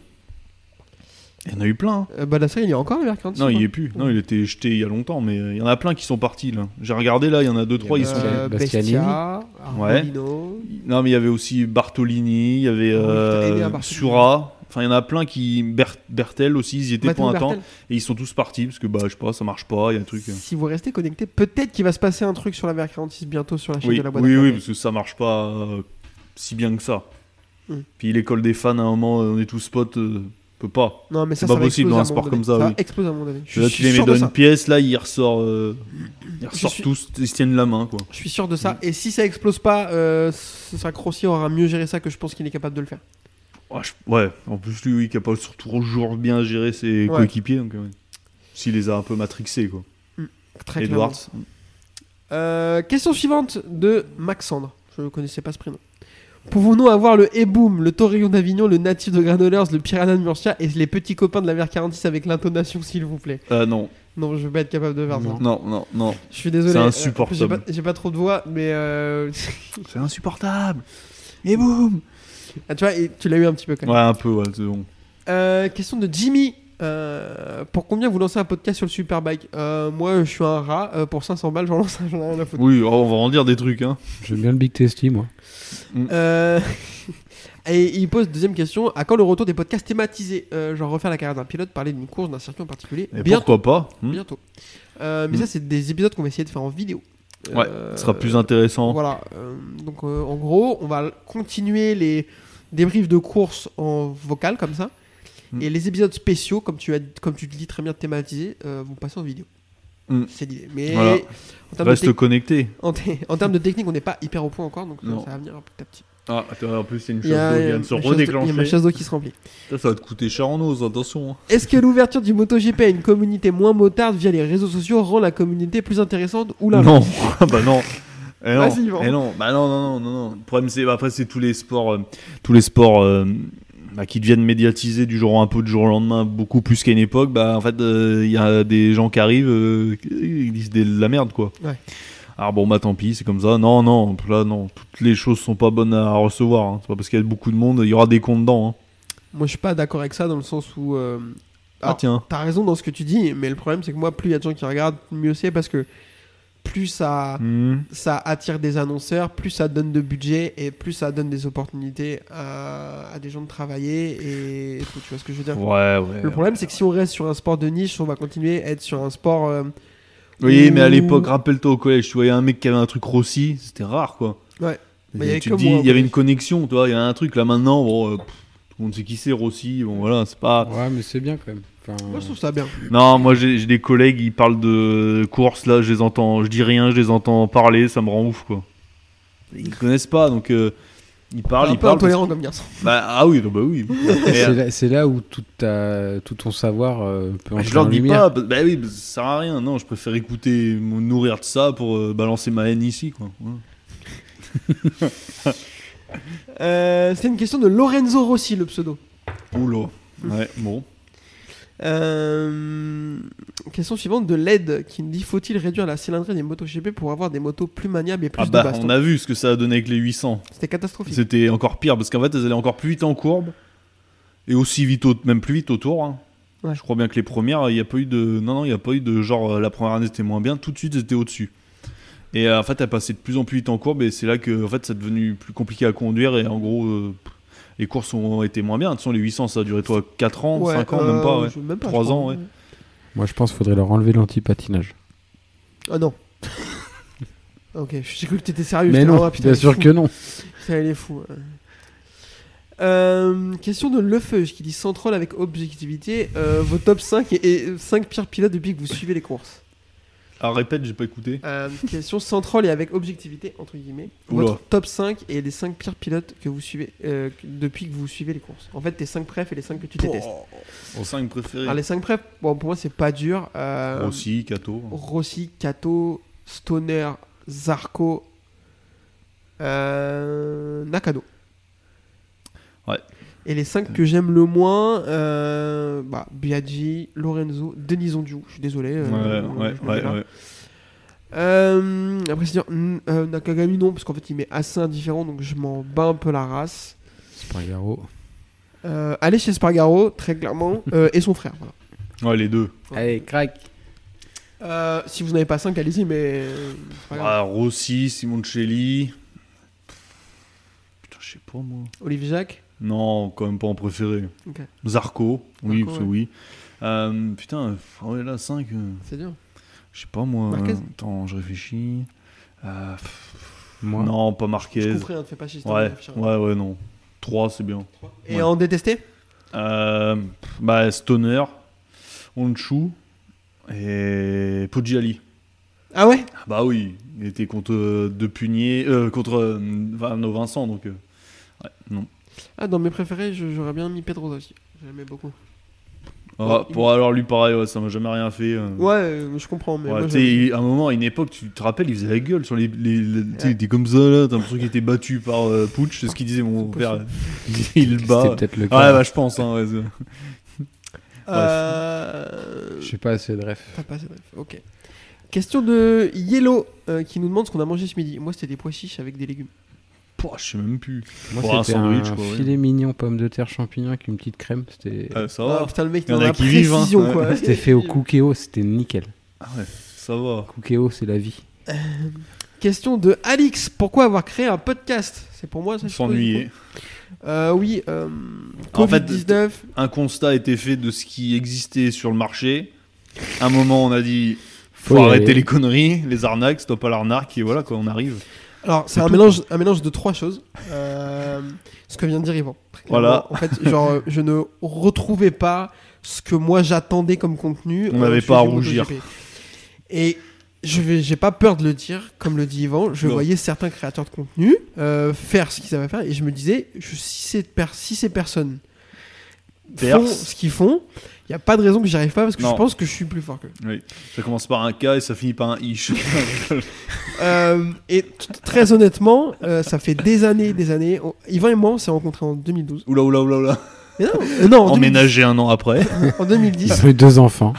H: Il y en a eu plein. hein.
G: Euh, Baldassare, il est encore vers 46
H: Non, il y est
G: est
H: plus. Non, il était jeté il y a longtemps, mais euh, il y en a plein qui sont partis là. J'ai regardé là, il y en a deux, trois,
I: a
H: ils
I: pas-
H: sont.
I: Euh, Bastianini.
G: Bestia, Arbolino.
H: Non, mais il y avait aussi Bartolini, il y avait
G: Ah oui,
H: euh,
G: putain, Elia Bartolini.
H: Sura. Enfin, il y en a plein qui. Ber- Bertel aussi, ils y étaient
G: Matteo
H: pour un temps.
G: Bertel.
H: Et ils sont tous partis parce que, bah, je sais pas, ça marche pas, il y a un truc. euh.
G: Si vous restez connecté, peut-être qu'il va se passer un truc sur la VR46 bientôt sur la chaîne
H: Oui,
G: de la boîte. à
H: oui, oui,
G: cartes.
H: parce que ça marche pas euh, si bien que ça.
G: Hmm.
H: Puis l'école des fans, à un moment, euh, on est tous potes, euh, peut pas.
G: Non, mais ça,
H: c'est
G: ça
H: pas
G: va
H: possible dans un
G: exploser à
H: sport
G: moment donné.
H: comme ça,
G: Ça
H: oui.
G: va exploser à un moment donné. Je
H: là, tu
G: suis
H: les mets
G: sûr
H: dans
G: de
H: une
G: ça.
H: pièce, là, ils ressortent, euh, ils ressortent
G: suis-
H: tous, ils se tiennent la main, quoi.
G: Je suis sûr de ça.
H: Mm.
G: Et si ça explose pas, euh, ce sera Crossi aura mieux géré ça que je pense qu'il est capable de le faire.
H: Ouais, je- ouais, en plus, lui, oui, qui a pas surtout toujours bien géré ses
G: Ouais.
H: coéquipiers, donc, ouais. S'il les a un peu matrixés, quoi.
G: Très clairement.
H: Edwards.
G: Euh, question suivante de Maxandre. Je ne connaissais pas ce prénom. Pouvons-nous avoir le Eboom, le Torillon d'Avignon, le Natif de Granollers, le Piranha de Murcia et les petits copains de la mer 46 avec l'intonation, s'il vous plaît
H: Ah non,
G: Non, je vais pas être capable de faire ça.
H: non, non, non.
G: Je suis désolé.
H: C'est
G: euh,
H: insupportable.
G: J'ai pas, j'ai pas trop de voix, mais. euh,
H: C'est insupportable. Et boum
G: ah, tu vois, et tu l'as eu un petit peu quand même.
H: Ouais, un peu, ouais, c'est bon.
G: Euh, question de Jimmy. Euh, pour combien vous lancez un podcast sur le Superbike Euh, Moi, je suis un rat. euh, pour 500 balles, j'en lance un. J'en ai rien à foutre.
H: Oui, oh, on va en dire des trucs, hein.
I: J'aime bien le Big Testy, moi.
G: Euh, Et il pose deuxième question à quand le retour des podcasts thématisés Euh, Genre refaire la carrière d'un pilote, parler d'une course, d'un circuit en particulier.
H: Et
G: bientôt.
H: pourquoi pas hmm
G: bientôt. Euh, mais
H: Mm.
G: ça, c'est des épisodes qu'on va essayer de faire en vidéo.
H: Ouais,
G: Euh,
H: Ce sera plus intéressant.
G: Voilà. euh, donc, euh, en gros, on va continuer les débriefs de course en vocal, comme ça.
H: Mm.
G: Et les épisodes spéciaux, comme tu, as, comme tu le dis très bien thématisés, euh, vont passer en vidéo.
H: Mm.
G: C'est l'idée. Mais
H: Voilà.
G: en, termes de
H: Reste connecté.
G: tec- en te- en termes de technique, on n'est pas hyper au point encore, donc euh,
H: Non.
G: ça va venir petit à petit.
H: Ah, attends, en plus, il y a une
G: Il y a, il y a
H: vient
G: ma
H: de se
G: chasse d'eau- il y a ma
H: redéclencher.
G: chasse d'eau qui se remplit.
H: Ça, ça va te coûter cher en os, attention. hein.
G: Est-ce que l'ouverture du MotoGP à une communauté moins motarde via les réseaux sociaux rend la communauté plus intéressante ou la
H: Non, bah non. Eh non.
G: Vas-y, Yvan.
H: Eh non, bah non, non, non, non, non. Le problème, c'est bah, après, c'est tous les sports, euh, tous les sports euh, bah, qui deviennent médiatisés du jour au- un peu du jour au lendemain, beaucoup plus qu'à une époque. Bah, en fait, euh, il y a des gens qui arrivent, euh, qui- ils disent des- de la merde, quoi.
G: Ouais.
H: Alors bon, bah tant pis, c'est comme ça. Non, non, là, non. Toutes les choses sont pas bonnes à recevoir. hein. C'est pas parce qu'il y a beaucoup de monde, il y aura des comptes dedans. hein.
G: Moi, je suis pas d'accord avec ça dans le sens où. euh,
H: Ah
G: alors,
H: tiens.
G: T'as raison dans ce que tu dis, mais le problème c'est que moi, plus il y a de gens qui regardent, mieux c'est parce que plus ça,
H: Hmm.
G: ça attire des annonceurs, plus ça donne de budget et plus ça donne des opportunités à, à des gens de travailler et, et tout. Tu vois ce que je veux dire
H: Ouais, ouais.
G: Le problème, c'est que si on reste sur un sport de niche, on va continuer à être sur un sport. euh,
H: Oui, mais à
G: Ouh.
H: l'époque, rappelle-toi au collège, tu voyais un mec qui avait un truc rossi, c'était rare quoi.
G: Ouais. Mais il y
H: Et
G: avait
H: tu
G: que
H: te dis,
G: moi, au
H: il y avait
G: collège.
H: une connexion, tu vois, il y a un truc là maintenant, bon, euh, pff, tout le monde sait qui c'est Rossi, bon voilà, c'est pas.
I: Ouais, mais c'est bien quand même. Enfin,
G: Moi, je trouve ça bien.
H: Non, moi j'ai j'ai des collègues, ils parlent de courses là, je les entends, je dis rien, je les entends parler, ça me rend ouf quoi. Ils connaissent pas donc euh, ils parlent,
G: un
H: ils
G: peu
H: parlent.
G: intolérant comme garçon.
H: Bah, ah oui, non, bah oui. Mais,
I: c'est là, c'est là où tout, ta- tout ton savoir euh, peut
H: bah,
I: entrer
H: je leur
I: en
H: dis
I: lumière.
H: pas, bah, bah oui, bah, ça sert à rien, non, je préfère écouter, me nourrir de ça pour euh, balancer ma haine ici quoi. Hein. Ouais.
G: Euh, c'est une question de Lorenzo Rossi, le pseudo.
H: Oula. Ouais, bon.
G: Euh, question suivante de LED qui nous dit faut-il réduire la cylindrée des motos GP pour avoir des motos plus maniables et plus
H: Ah bah,
G: de baston
H: on a vu ce que ça a donné avec les 800.
G: C'était catastrophique.
H: C'était encore pire parce qu'en fait, elles allaient encore plus vite en courbe et aussi vite, au- même plus vite autour. hein.
G: Ouais.
H: Je crois bien que les premières, il n'y a pas eu de. Non, non, il n'y a pas eu de genre euh, la première année c'était moins bien, tout de suite c'était au-dessus. Et euh, en fait, elle passait de plus en plus vite en courbe et c'est là que en fait, ça est devenu plus compliqué à conduire et en gros, euh, les courses ont été moins bien. De toute façon, les 800, ça a duré toi 4 ans,
G: Ouais,
H: 5 ans,
G: euh,
H: même pas. ouais.
G: je- même pas,
H: Trois
G: je crois.
H: ans, ouais.
I: Moi, je pense qu'il faudrait leur enlever l'anti-patinage.
G: Ah non. ok, j'ai cru que t'étais sérieux.
I: Mais
G: j'étais
I: non,
G: vraiment, Ah, putain,
I: bien
G: il est
I: sûr
G: fou.
I: que non.
G: Putain, il est fou. Euh, question de Lefeuge qui dit sans troll avec objectivité euh, vos top 5 et, et 5 pires pilotes depuis que vous suivez les courses.
H: Ah, répète, j'ai pas écouté.
G: Euh, question sans troll et avec objectivité entre guillemets.
H: Oula.
G: Votre top 5 et les 5 pires pilotes que vous suivez euh, que- depuis que vous suivez les courses. En fait, tes 5 préfs et les 5 que tu détestes.
H: Aux 5 préférés.
G: Alors les 5 préfs, bon pour moi c'est pas dur. Euh,
H: Rossi, Kato.
G: Rossi, Kato, Stoner, Zarco, euh, Nakano.
H: Ouais.
G: Et les 5 que j'aime le moins, euh, bah, Biaggi, Lorenzo, Denison Diou. Je suis désolé. euh,
H: Ouais,
G: je
H: ouais,
G: le mets
H: ouais,
G: là.
H: ouais.
G: Euh, après, c'est dire n- euh, Nakagami, non, parce qu'en fait, il m'est assez indifférent, donc je m'en bats un peu la race.
I: Spargaro.
G: Euh, aller chez Spargaro, très clairement, euh, et son frère. voilà.
H: Ouais, les deux.
I: Allez, crack.
G: Euh, si vous n'avez pas 5, allez-y, mais. c'est pas grave.
H: Ah, Rossi, Simoncelli. Putain, je sais pas moi.
G: Olivier Jacques.
H: Non, quand même pas en préféré.
G: Ok.
H: Zarco, oui,
G: Zarco,
H: c'est
G: ouais.
H: oui. Euh, putain, ah ouais, là, 5.
G: C'est dur.
H: Je sais pas moi. euh,
G: Marquez
H: Attends, je réfléchis. Euh, pff,
I: Moi.
H: Non, pas
G: Je
H: Marquez.
G: comprends, ne fais pas chier. c'est
H: Ouais,
G: un référent.
H: ouais, ouais, non. 3, c'est bien.
G: hein, Et
H: Ouais.
G: en détester
H: Euh, pff, bah, Stoner, Onchu et Poggiali.
G: Ah ouais
H: Ah Bah oui, il était contre euh, De Punier, euh, contre euh, Vano Vincent, donc. euh, ouais, non.
G: Ah, dans mes préférés, je- j'aurais bien mis Pedrosa aussi. J'aimais beaucoup.
H: Ah,
G: il-
H: pour alors lui, pareil, ouais, ça m'a jamais rien fait. euh.
G: Ouais, euh, je comprends, mais.
H: Ouais,
G: moi,
H: tu
G: j'aime-
H: sais, il- à un moment, à une époque, tu te rappelles, il faisait la gueule sur les. les, les- tu sais, il était comme ça, là, t'as l'impression qu'il était battu par euh, Pooch, c'est ce qu'il disait mon
G: C'est
H: père. il le bat.
I: C'était
H: Ouais,
I: peut-être le cas.
H: bah, je pense, hein, ouais, c'est-
G: Euh,
I: Je sais pas assez de ref.
G: T'as pas assez de ref, ok. Question de Yellow euh, qui nous demande ce qu'on a mangé ce midi. Moi, c'était des pois chiches avec des légumes.
H: Pouah, je sais même plus.
I: Moi,
H: Pour un
I: c'était un,
H: sandwich, quoi, ouais.
I: filet mignon, pommes de terre, champignons avec une petite crème. C'était
H: Ah, ça
G: Ah,
H: va.
G: putain, le mec,
H: y en
G: dans
H: a
G: la
H: qui vivent, hein.
G: précision,
H: Ouais.
G: quoi.
I: C'était fait au cookéo, c'était nickel.
H: Ah ouais, ça va.
I: Cookéo, c'est la vie.
G: Question de Alix. Pourquoi avoir créé un podcast C'est pour moi, ça je
H: S'ennuyer.
G: suppose. Euh, oui, euh,
H: En fait,
G: Covid-19.
H: Un constat a été fait de ce qui existait sur le marché. À un moment, on a dit faut,
I: y
H: arrêter
I: aller.
H: les conneries, les arnaques, stop à l'arnaque, et voilà, quoi, on arrive.
G: Alors, c'est un mélange, un mélange de trois choses. Euh, ce que vient de dire Yvan. Très
H: Voilà.
G: clairement. En fait, genre, euh, je ne retrouvais pas ce que moi j'attendais comme contenu.
H: On
G: euh,
H: n'avait
G: au sujet
H: pas à
G: du
H: rougir.
G: MotoGP. Et je vais, j'ai pas peur de le dire, comme le dit Yvan. Je
H: Non.
G: voyais certains créateurs de contenu euh, faire ce qu'ils avaient à faire et je me disais, je- si, ces per- si ces personnes font
H: Perce.
G: ce qu'ils font, il n'y a pas de raison que j'y arrive pas parce que
H: Non.
G: je pense que je suis plus fort que
H: Ça commence par un K et ça finit par un ish.
G: Euh, et t- très honnêtement, euh, ça fait des années, des années. on- Yvan et moi, on s'est rencontrés en 2012.
H: oula, oula, oula, oula.
G: Mais non, euh, non, en, 2010,
H: Emménager un an après.
G: en
I: Ils
G: 2010.
I: ont eu deux enfants.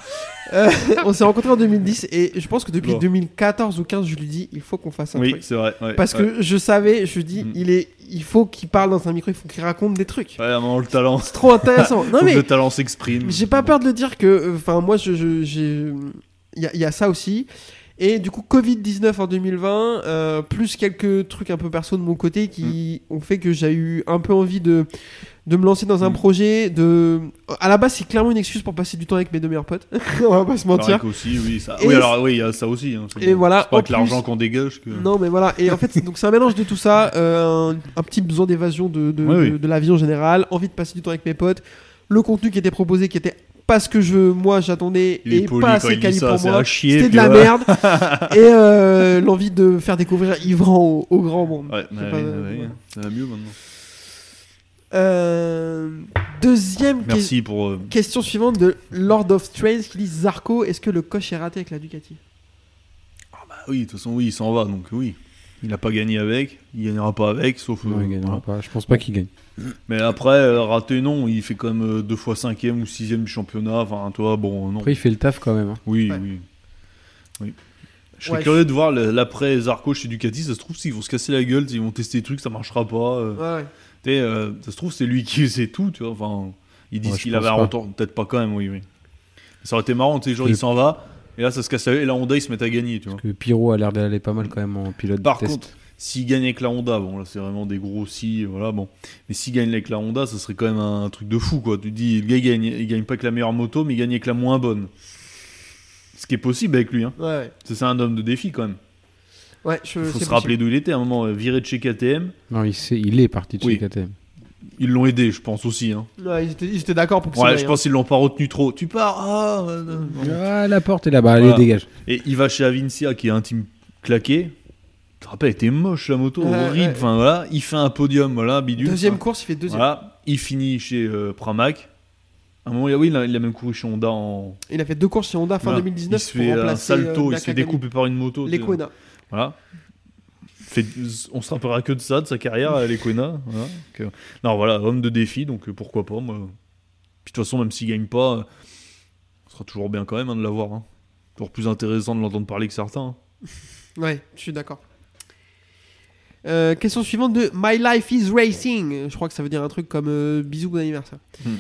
G: Euh, on s'est rencontrés en 2010 et je pense que depuis
H: Bon.
G: 2014 ou 15, je lui dis, il faut qu'on fasse un
H: Oui,
G: truc.
H: c'est vrai. ouais,
G: Parce
H: ouais.
G: que je savais, je dis,
H: Mm.
G: il est, il faut qu'il parle dans un micro, il faut qu'il raconte des trucs.
H: Ouais, à un moment, le talent,
G: C'est trop intéressant. non
H: faut
G: mais
H: que le talent s'exprime.
G: euh, J'ai pas peur de le dire que. Enfin, moi, je. je- j'ai- Il y, a- il y a ça aussi. Et du coup, Covid-19 en 2020, euh, plus quelques trucs un peu perso de mon côté qui
H: Hmm.
G: ont fait que j'ai eu un peu envie de, de me lancer dans un
H: Mm.
G: projet. De... À la base, c'est clairement une excuse pour passer du temps avec mes deux meilleurs potes. On va pas se mentir.
H: Pareil qu'aussi, oui, ça.
G: Et
H: oui,
G: c-
H: alors oui, il y a ça aussi. hein, c'est-
G: Et voilà,
H: C'est pas
G: en
H: que l'argent
G: plus-
H: qu'on dégage. Que...
G: Non, mais voilà. Et en fait, c'est- donc c'est un mélange de tout ça, euh, un, un petit besoin d'évasion de, de,
H: Oui, oui.
G: de- de la vie en général, envie de passer du temps avec mes potes, le contenu qui était proposé qui était pas ce que je, moi j'attendais
H: Il est
G: et
H: poli
G: pas
H: quand
G: assez
H: il dit
G: quali
H: ça,
G: pour
H: c'est
G: moi.
H: à chier,
G: C'était de
H: puis
G: la
H: voilà.
G: merde. et euh, l'envie de faire découvrir Yvran au, au grand monde.
H: Ouais,
G: C'est
H: bah
G: pas-
H: oui, bah
G: voilà.
H: oui, ça va mieux maintenant.
G: Euh, deuxième que-
H: Merci pour. euh,
G: question suivante de Lord of Trains qui dit Zarco, est-ce que le coche est raté avec la Ducati
H: Ah oui, de toute façon, oui, il s'en va, donc oui. Il n'a pas gagné avec, il gagnera pas avec, sauf.
I: Non,
H: euh,
I: il gagnera
H: voilà.
I: pas. Je pense pas qu'il gagne.
H: Mais après, euh, raté, non, il fait quand même euh, deux fois cinquième ou sixième du championnat. Enfin, toi, bon, non.
I: Après, il fait le taf quand même. hein.
H: Oui,
G: Ouais.
H: oui. Oui. Je serais
G: Ouais,
H: curieux de voir le- l'après Zarco chez Ducati. Ça se trouve, s'ils vont se casser la gueule, ils vont tester des trucs, ça marchera pas. euh.
G: Ouais, ouais.
H: Tu sais, euh, ça se trouve, c'est lui qui sait tout, tu vois. Enfin, ils disent
I: Ouais, je
H: qu'il
I: pense
H: avait un
I: pas.
H: retour, peut-être pas quand même, oui, oui. Ça aurait été marrant, tu sais, genre,
I: Et-
H: il s'en va, et là, ça se casse la gueule, et la Honda, ils se mettent à gagner, tu vois.
I: Parce que Pyro a l'air d'aller pas mal quand même en pilote
H: Par
I: de test.
H: contre, s'il gagne avec la Honda, bon, là, c'est vraiment des gros si, voilà, bon. Mais s'il gagne avec la Honda, ça serait quand même un truc de fou, quoi. Tu te dis, le gars, il gagne, il gagne pas avec la meilleure moto, mais il gagne avec la moins bonne. Ce qui est possible avec lui, hein.
G: Ouais, ouais.
H: C'est c'est un homme de défi, quand même.
G: Ouais, je,
H: Il faut
G: Euh, c'est
H: se
G: possible.
H: rappeler d'où il était. À un moment, euh, viré de chez KTM,
I: Non, il, sait- il est parti de chez
H: Oui.
I: KTM.
H: ils l'ont aidé, je pense aussi. Hein.
G: Ouais, ils étaient, ils étaient d'accord pour que ça
H: Ouais,
G: aille,
H: je
G: hein.
H: pense qu'ils l'ont pas retenu trop. Tu pars, ah, euh, non, non.
I: Ah, la porte est là-bas, allez,
H: Voilà.
I: dégage.
H: Et il va chez Avincia, qui est un team claqué. Tu te rappelles, elle était moche la moto,
G: Ouais,
H: horrible.
G: ouais.
H: Enfin voilà, il fait un podium, voilà, bidule.
G: Deuxième
H: Enfin,
G: course, il fait deuxième.
H: Voilà, il finit chez euh, Pramac. À un moment, il a, oui, il a, il a même couru chez Honda en.
G: Il a fait deux courses chez Honda fin
H: voilà.
G: 2019
H: Ah, il se
G: pour
H: fait un
G: remplacer
H: salto,
G: euh,
H: il se fait
G: Nakagami.
H: découper par une moto. tu
G: les
H: sais.
G: Kona.
H: Voilà. Fait- on se rappellera que de ça, de sa carrière à l'Equena. Voilà. Donc, euh, non, voilà, homme de défi, donc euh, pourquoi pas, moi. Puis de toute façon, même s'il gagne pas, euh, ce sera toujours bien quand même hein, de l'avoir. hein. Toujours plus intéressant de l'entendre parler que certains. hein.
G: Ouais, je suis d'accord. Euh, question suivante de My Life is Racing. Je crois que ça veut dire un truc comme euh, bisous bon anniversaire.
H: Hmm.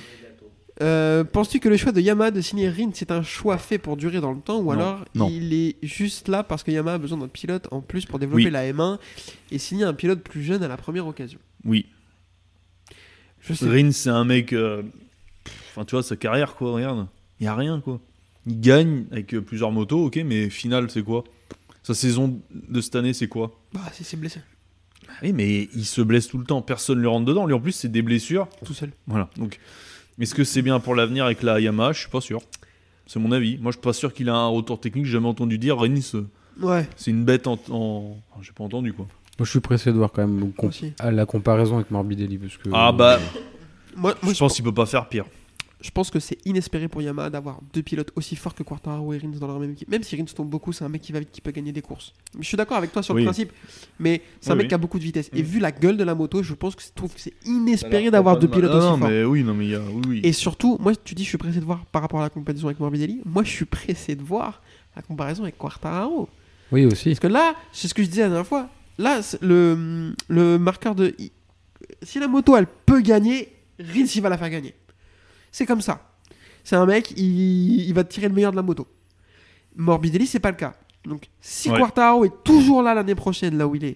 G: Euh, Penses-tu que le choix de Yamaha de signer Rin c'est un choix fait pour durer dans le temps ou
H: Non,
G: alors
H: non.
G: il est juste là parce que Yamaha a besoin d'un pilote en plus pour développer
H: Oui.
G: la M1 et signer un pilote plus jeune à la première occasion
H: Oui.
G: Je sais.
H: Rin, c'est un mec. euh, pff, Enfin, tu vois, sa carrière, quoi, regarde. Il a rien, quoi. Il gagne avec euh, plusieurs motos, ok, mais final, c'est quoi Sa saison de cette année, c'est quoi
G: Bah, si c'est blessé
H: Bah Oui, mais il se blesse tout le temps. Personne ne le rentre dedans. Lui, en plus, c'est des blessures.
G: tout seul.
H: Voilà. Donc, est-ce que c'est bien pour l'avenir avec la Yamaha Je suis pas sûr. C'est mon avis. Moi, je suis pas sûr qu'il a un retour technique. J'ai jamais entendu dire Renis, euh,
G: Ouais,
H: c'est une bête en. en- Enfin, J'ai pas entendu quoi.
I: Moi, je suis pressé de voir quand même com-
G: Aussi.
I: à la comparaison avec Morbidelli. Parce que,
H: Ah bah,
G: moi, moi,
H: je pense qu'il peut pas faire pire.
G: Je pense que c'est inespéré pour Yamaha d'avoir deux pilotes aussi forts que Quartararo et Rins dans leur même équipe. Même si Rins tombe beaucoup, c'est un mec qui va vite, qui peut gagner des courses. Je suis d'accord avec toi sur le
H: Oui.
G: principe, mais c'est un
H: Oui,
G: mec
H: oui.
G: qui a beaucoup de vitesse. Et
H: Mm.
G: vu la gueule de la moto, je pense que je trouve que c'est
E: Alors,
G: inespéré
E: t'as
G: d'avoir
E: pas
G: deux
E: de
G: pilotes
H: Ah,
G: aussi
H: non,
G: forts.
H: mais oui, non, mais il y a. Oui, oui.
G: Et surtout, moi, tu dis, je suis pressé de voir par rapport à la comparaison avec Morbidelli. Moi, je suis pressé de voir la comparaison avec Quartararo.
I: Oui, aussi.
G: Parce que là, c'est ce que je disais la dernière fois. Là, c'est le, le marqueur de. il- Si la moto, elle peut gagner, Rins, il va la faire gagner. C'est comme ça. C'est un mec, il, il va tirer le meilleur de la moto. Morbidelli, c'est pas le cas. Donc, si
H: Ouais.
G: Quartaro est toujours là l'année prochaine, là où il est,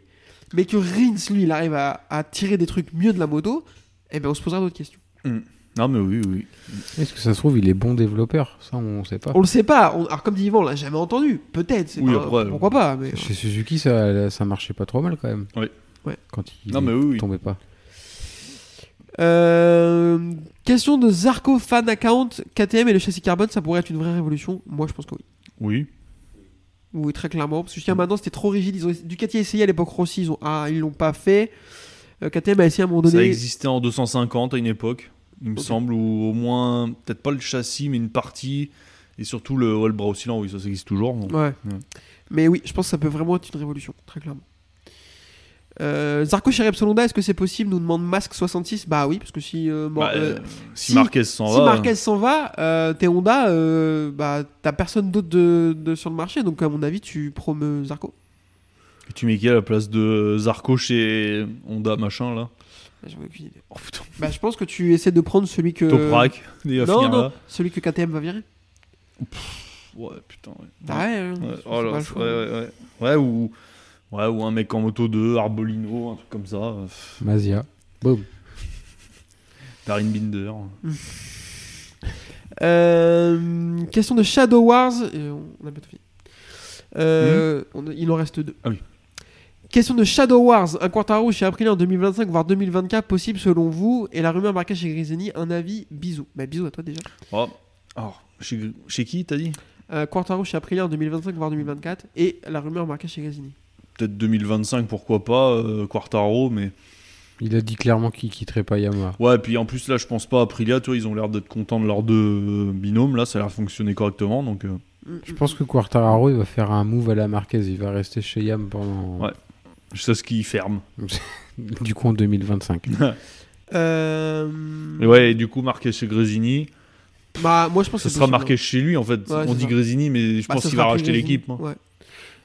G: mais que Rins, lui, il arrive à, à tirer des trucs mieux de la moto, eh bien, on se posera d'autres questions.
H: Non, mais oui, oui.
I: Est-ce que ça se trouve, il est bon développeur Ça, on sait pas.
G: On le sait pas. On- alors, comme dit Yvan, on l'a jamais entendu. Peut-être. c'est
H: Oui,
G: pas-
H: après,
G: pourquoi pas mais...
I: Chez Suzuki, ça, ça marchait pas trop mal quand même.
H: Ouais.
G: Ouais.
I: Quand il
H: Non, mais oui, oui.
I: tombait pas.
G: Euh, question de Zarco fan account KTM et le châssis carbone, ça pourrait être une vraie révolution Moi, je pense que oui.
H: Oui.
G: Oui, très clairement. Parce que
H: Mm.
G: jusqu'à maintenant, c'était trop rigide. Ils ont... Ducati a essayé à l'époque Rossi, ils ont... ah, ils l'ont pas fait. Euh, KTM a essayé à un moment
H: Ça
G: donné.
H: existait en 250 à une époque, il me
G: Ok.
H: semble, ou au moins, peut-être pas le châssis, mais une partie. Et surtout le All Bra oscillant, oui, ça, ça existe toujours. donc.
G: Ouais. Mais oui, je pense que ça peut vraiment être une révolution, très clairement. Euh, Zarco chez Repsol Honda, est-ce que c'est possible Nous demande Mask 66. Bah oui, parce que si, euh, Mor-
H: Bah,
G: euh,
H: euh, si,
G: si-
H: Marquez s'en
G: si
H: va. hein.
G: Marquez s'en va, euh, t'es Honda, euh, bah t'as personne d'autre de, de- sur le marché. Donc à mon avis, tu promes Zarco.
H: Et euh, Tu mets qui à la place de Zarco chez Honda, machin, là
G: J'en ai aucune idée.
H: Oh putain,
G: Bah, je pense que tu essaies de prendre celui que.
H: Toprak, des
G: Euh, Non,
H: Afghans,
G: non,
H: là.
G: celui que KTM va virer.
H: Ouais, putain, ouais.
G: Ah ouais, hein,
H: Ouais,
G: c'est
H: oh là,
G: pas le
H: c'est-
G: choix.
H: ouais, ouais, ouais. Ouais, ou, ouais, ou un mec en moto 2, Arbolino, un truc comme ça. euh, pff,
I: Mazia. Boum.
H: Darin Binder.
G: Euh, question de Shadow Wars. et on on a bientôt fini. Euh, on- il en reste deux.
H: Hmm. Ah oui.
G: Question de Shadow Wars. Un Quartaro chez Aprilia en 2025, voire 2024, possible selon vous Et la rumeur marquée chez Grisini, un avis Bisous. Bah, bisous à toi déjà.
H: Oh. Alors, chez, chez qui t'as dit
G: Euh, Quartaro chez Aprilia en 2025, voire 2024. Et la rumeur marquée chez Grisini.
H: Peut-être 2025, pourquoi pas, euh, Quartaro, mais.
I: Il a dit clairement qu'il quitterait pas Yamaha.
H: Ouais, puis en plus, là, je pense pas à Aprilia, tu vois, ils ont l'air d'être contents de leurs deux euh, binômes, là, ça a l'air de fonctionner correctement, donc. euh,
G: Hmm.
I: Je pense que Quartararo, il va faire un move à la Marquez. Il va rester chez Yam pendant.
H: Ouais. je sais ce qui ferme.
I: Du coup, en 2025.
G: Euh,
H: Et ouais, et du coup, marqué chez Grésini,
G: Bah, moi je pense
H: ça
G: que c'est
H: sera
G: possible,
H: marqué
G: hein.
H: chez lui, en fait.
G: Ouais,
H: On
G: c'est
H: dit
G: ça.
H: Grésini, mais je
G: Bah,
H: pense
G: ce
H: qu'il
G: sera
H: va
G: plus
H: racheter
G: Gresini.
H: l'équipe. hein. moi.
G: Ouais.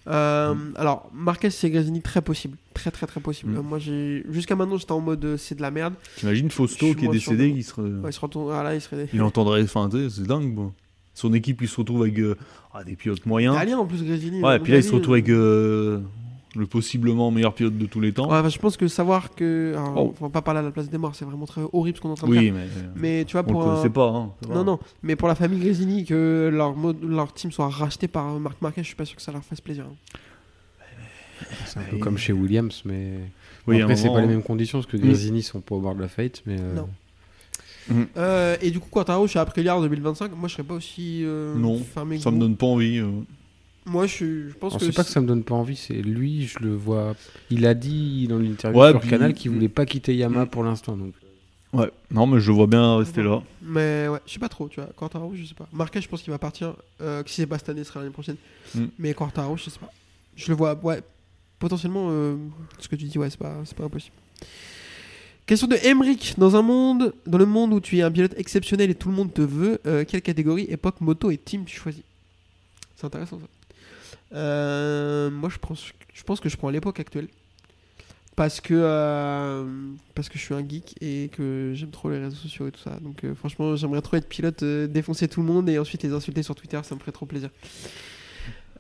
G: Euh, Alors, Marquez chez Grisini, très possible. Très, très, très possible.
H: Mm.
G: Euh, Moi, j'ai jusqu'à maintenant, j'étais en mode euh, c'est de la merde.
H: T'imagines
G: Je
H: Fausto
G: suis
H: qui est
G: moins
H: décédé,
G: sûr de-
H: il serait. euh,
G: Ouais, il se retourne- ah là, il serait.
H: Il entendrait, enfin, tu sais, c'est dingue, bon. Son équipe, il se retrouve avec euh, ah, des pilotes moyens.
G: Italien en plus, Grésini.
H: ouais, et
G: donc
H: puis là, il se
G: Grésini,
H: retrouve avec euh, le possiblement meilleur pilote de tous les temps.
G: Ouais, bah, je pense que savoir que. alors,
H: Oh.
G: Enfin, pas parler à la place des morts, c'est vraiment très horrible ce qu'on est en train de
H: oui,
G: faire.
H: mais, euh,
G: Mais tu vois,
H: on
G: pour.
H: le
G: un-
H: connaissait pas. hein, ça va.
G: Non, non, mais pour la famille Grésini, que leur, mo- leur team soit racheté par euh, Marc Marquez, je suis pas sûr que ça leur fasse plaisir. hein.
I: C'est un peu comme chez Williams, mais.
H: Oui, à un
I: Après, c'est
H: moment,
I: pas les
H: hein.
I: mêmes conditions parce que Grisini sont pas au bord de la fête. Mais euh,
G: Non. Euh, et du coup, Quartaro chez Aprilia en 2025, moi je serais pas aussi euh,
H: Non,
G: fermé que
H: Ça me
G: vous.
H: donne pas envie. euh.
G: Moi je, suis- je pense
I: Alors,
G: que.
I: c'est pas que ça me donne pas envie, c'est lui, je le vois. Il a dit dans l'interview
H: Ouais,
I: sur
H: puis-
I: Canal qu'il voulait pas quitter Yamaha pour l'instant. Donc,
H: Ouais, non, mais je le vois bien rester là.
G: Mais ouais, je sais pas trop, tu vois. Quartaro, je sais pas. Marquez, je pense qu'il va partir. Euh, si c'est pas cette année, ce sera l'année prochaine.
H: Mm.
G: Mais Quartaro, je sais pas. Je le vois, ouais. Potentiellement, euh, ce que tu dis, ouais, c'est pas, c'est pas impossible. Question de Emric. Dans un monde, dans le monde où tu es un pilote exceptionnel et tout le monde te veut, euh, quelle catégorie, époque, moto et team tu choisis C'est intéressant ça. Euh, moi, je pense, je pense que je prends l'époque actuelle. Parce que, euh, parce que je suis un geek et que j'aime trop les réseaux sociaux et tout ça. Donc euh, franchement, j'aimerais trop être pilote, euh, défoncer tout le monde et ensuite les insulter sur Twitter, ça me ferait trop plaisir.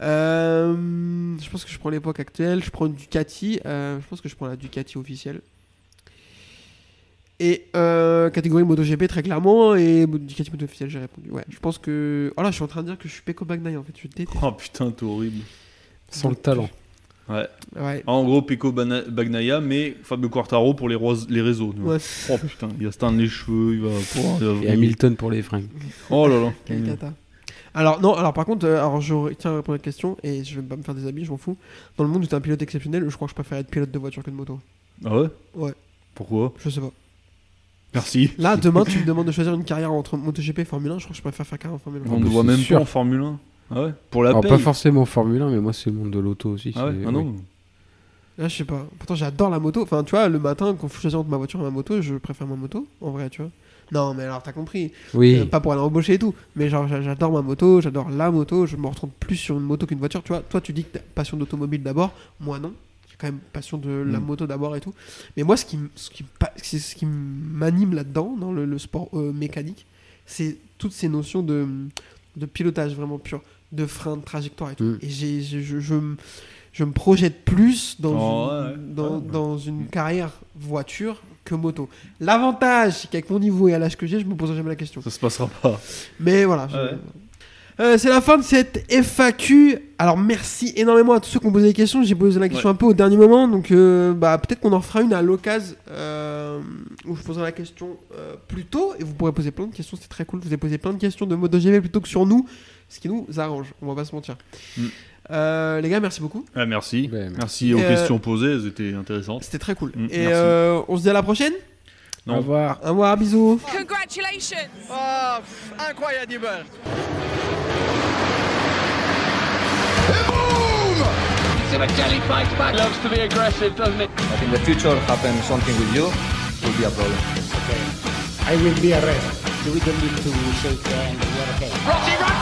G: Euh, je pense que je prends l'époque actuelle, je prends une Ducati, euh, je pense que je prends la Ducati officielle. Et euh, catégorie MotoGP très clairement hein, et Ducati Moto officielle, j'ai répondu. Ouais, je pense que... Oh là, je suis en train de dire que je suis Peko Bagnaia en fait, je déteste.
H: Oh putain, t'es horrible.
I: sans le talent.
G: Ouais.
H: Ah, En gros, Pecco Bana- Bagnaia, mais Fabio Quartaro pour les, rois- les réseaux. tu vois.
G: Ouais.
H: Oh putain, il a Stan les cheveux, il va. pouvoir- il va-
I: Et Hamilton pour les fringues.
H: Oh là là.
G: Quelle cata. Mm. Alors, non, alors par contre, euh, alors je tiens à répondre à la question et je vais pas me faire des amis, je m'en fous. Dans le monde où t'es un pilote exceptionnel, je crois que je préfère être pilote de voiture que de moto.
H: Ah ouais
G: Ouais.
H: Pourquoi
G: Je sais pas.
H: Merci.
G: Là, demain, tu me demandes de choisir une carrière entre MotoGP et Formule 1, je crois que je préfère faire carrière en Formule 1.
H: On ne
I: mais
H: voit
I: c'est
H: même
I: sûr.
H: pas en Formule 1. Ah ouais Pour la
I: Alors,
H: paye
I: pas forcément en Formule 1, mais moi, c'est le monde de l'auto aussi.
H: Ah ouais
I: c'est-
H: Ah non
G: Là, je sais pas. Pourtant, j'adore la moto. Enfin, tu vois, le matin, quand je choisis entre ma voiture et ma moto, je préfère ma moto, en vrai, tu vois. Non, mais alors, t'as compris.
I: Oui.
G: Euh, pas pour aller embaucher et tout, mais genre j'a- j'adore ma moto, j'adore la moto, je me retrouve plus sur une moto qu'une voiture, tu vois. Toi tu dis que t'as passion d'automobile d'abord, moi non. J'ai quand même passion de la
H: Mm.
G: moto d'abord et tout. Mais moi ce qui m- ce qui me pa- c'est ce qui m'anime là-dedans dans le, le sport euh, mécanique, c'est toutes ces notions de de pilotage vraiment pur, de frein, de trajectoire et tout.
I: Mm.
G: Et j'ai je, je, je me- je me projette plus dans,
H: Oh,
G: une,
H: ouais, ouais.
G: dans,
H: Ouais.
G: dans une carrière voiture que moto. L'avantage, c'est qu'avec mon niveau et à l'âge que j'ai, je me poserai jamais la question.
H: Ça se passera pas.
G: Mais voilà. je-
H: Ouais.
G: Euh, c'est la fin de cette FAQ. Alors merci énormément à tous ceux qui ont posé des questions. J'ai posé la question un peu au dernier moment, donc euh, bah, peut-être qu'on en fera une à l'occasion euh, où je poserai la question euh, plus tôt et vous pourrez poser plein de questions. C'est très cool. Vous avez posé plein de questions de MotoGP plutôt que sur nous, ce qui nous arrange. On va pas se mentir.
H: Mm.
G: Euh, les gars, merci beaucoup.
H: Ah, merci.
I: Ouais, mais-
H: Merci
G: Et
H: aux
G: euh,
H: questions posées, elles étaient intéressantes.
G: C'était très cool.
H: Mm,
G: et
H: merci.
G: euh, on se dit à la prochaine.
H: Non.
I: Au revoir.
G: Au revoir, bisous.
A: Congratulations.
B: Ah, pff, incroyable.
D: Loves to be aggressive, doesn't it?
E: But in the future, happen something with you, will be a problem.
F: I will be arrested. We don't need to shake hands. We are okay.
C: Rossi, run!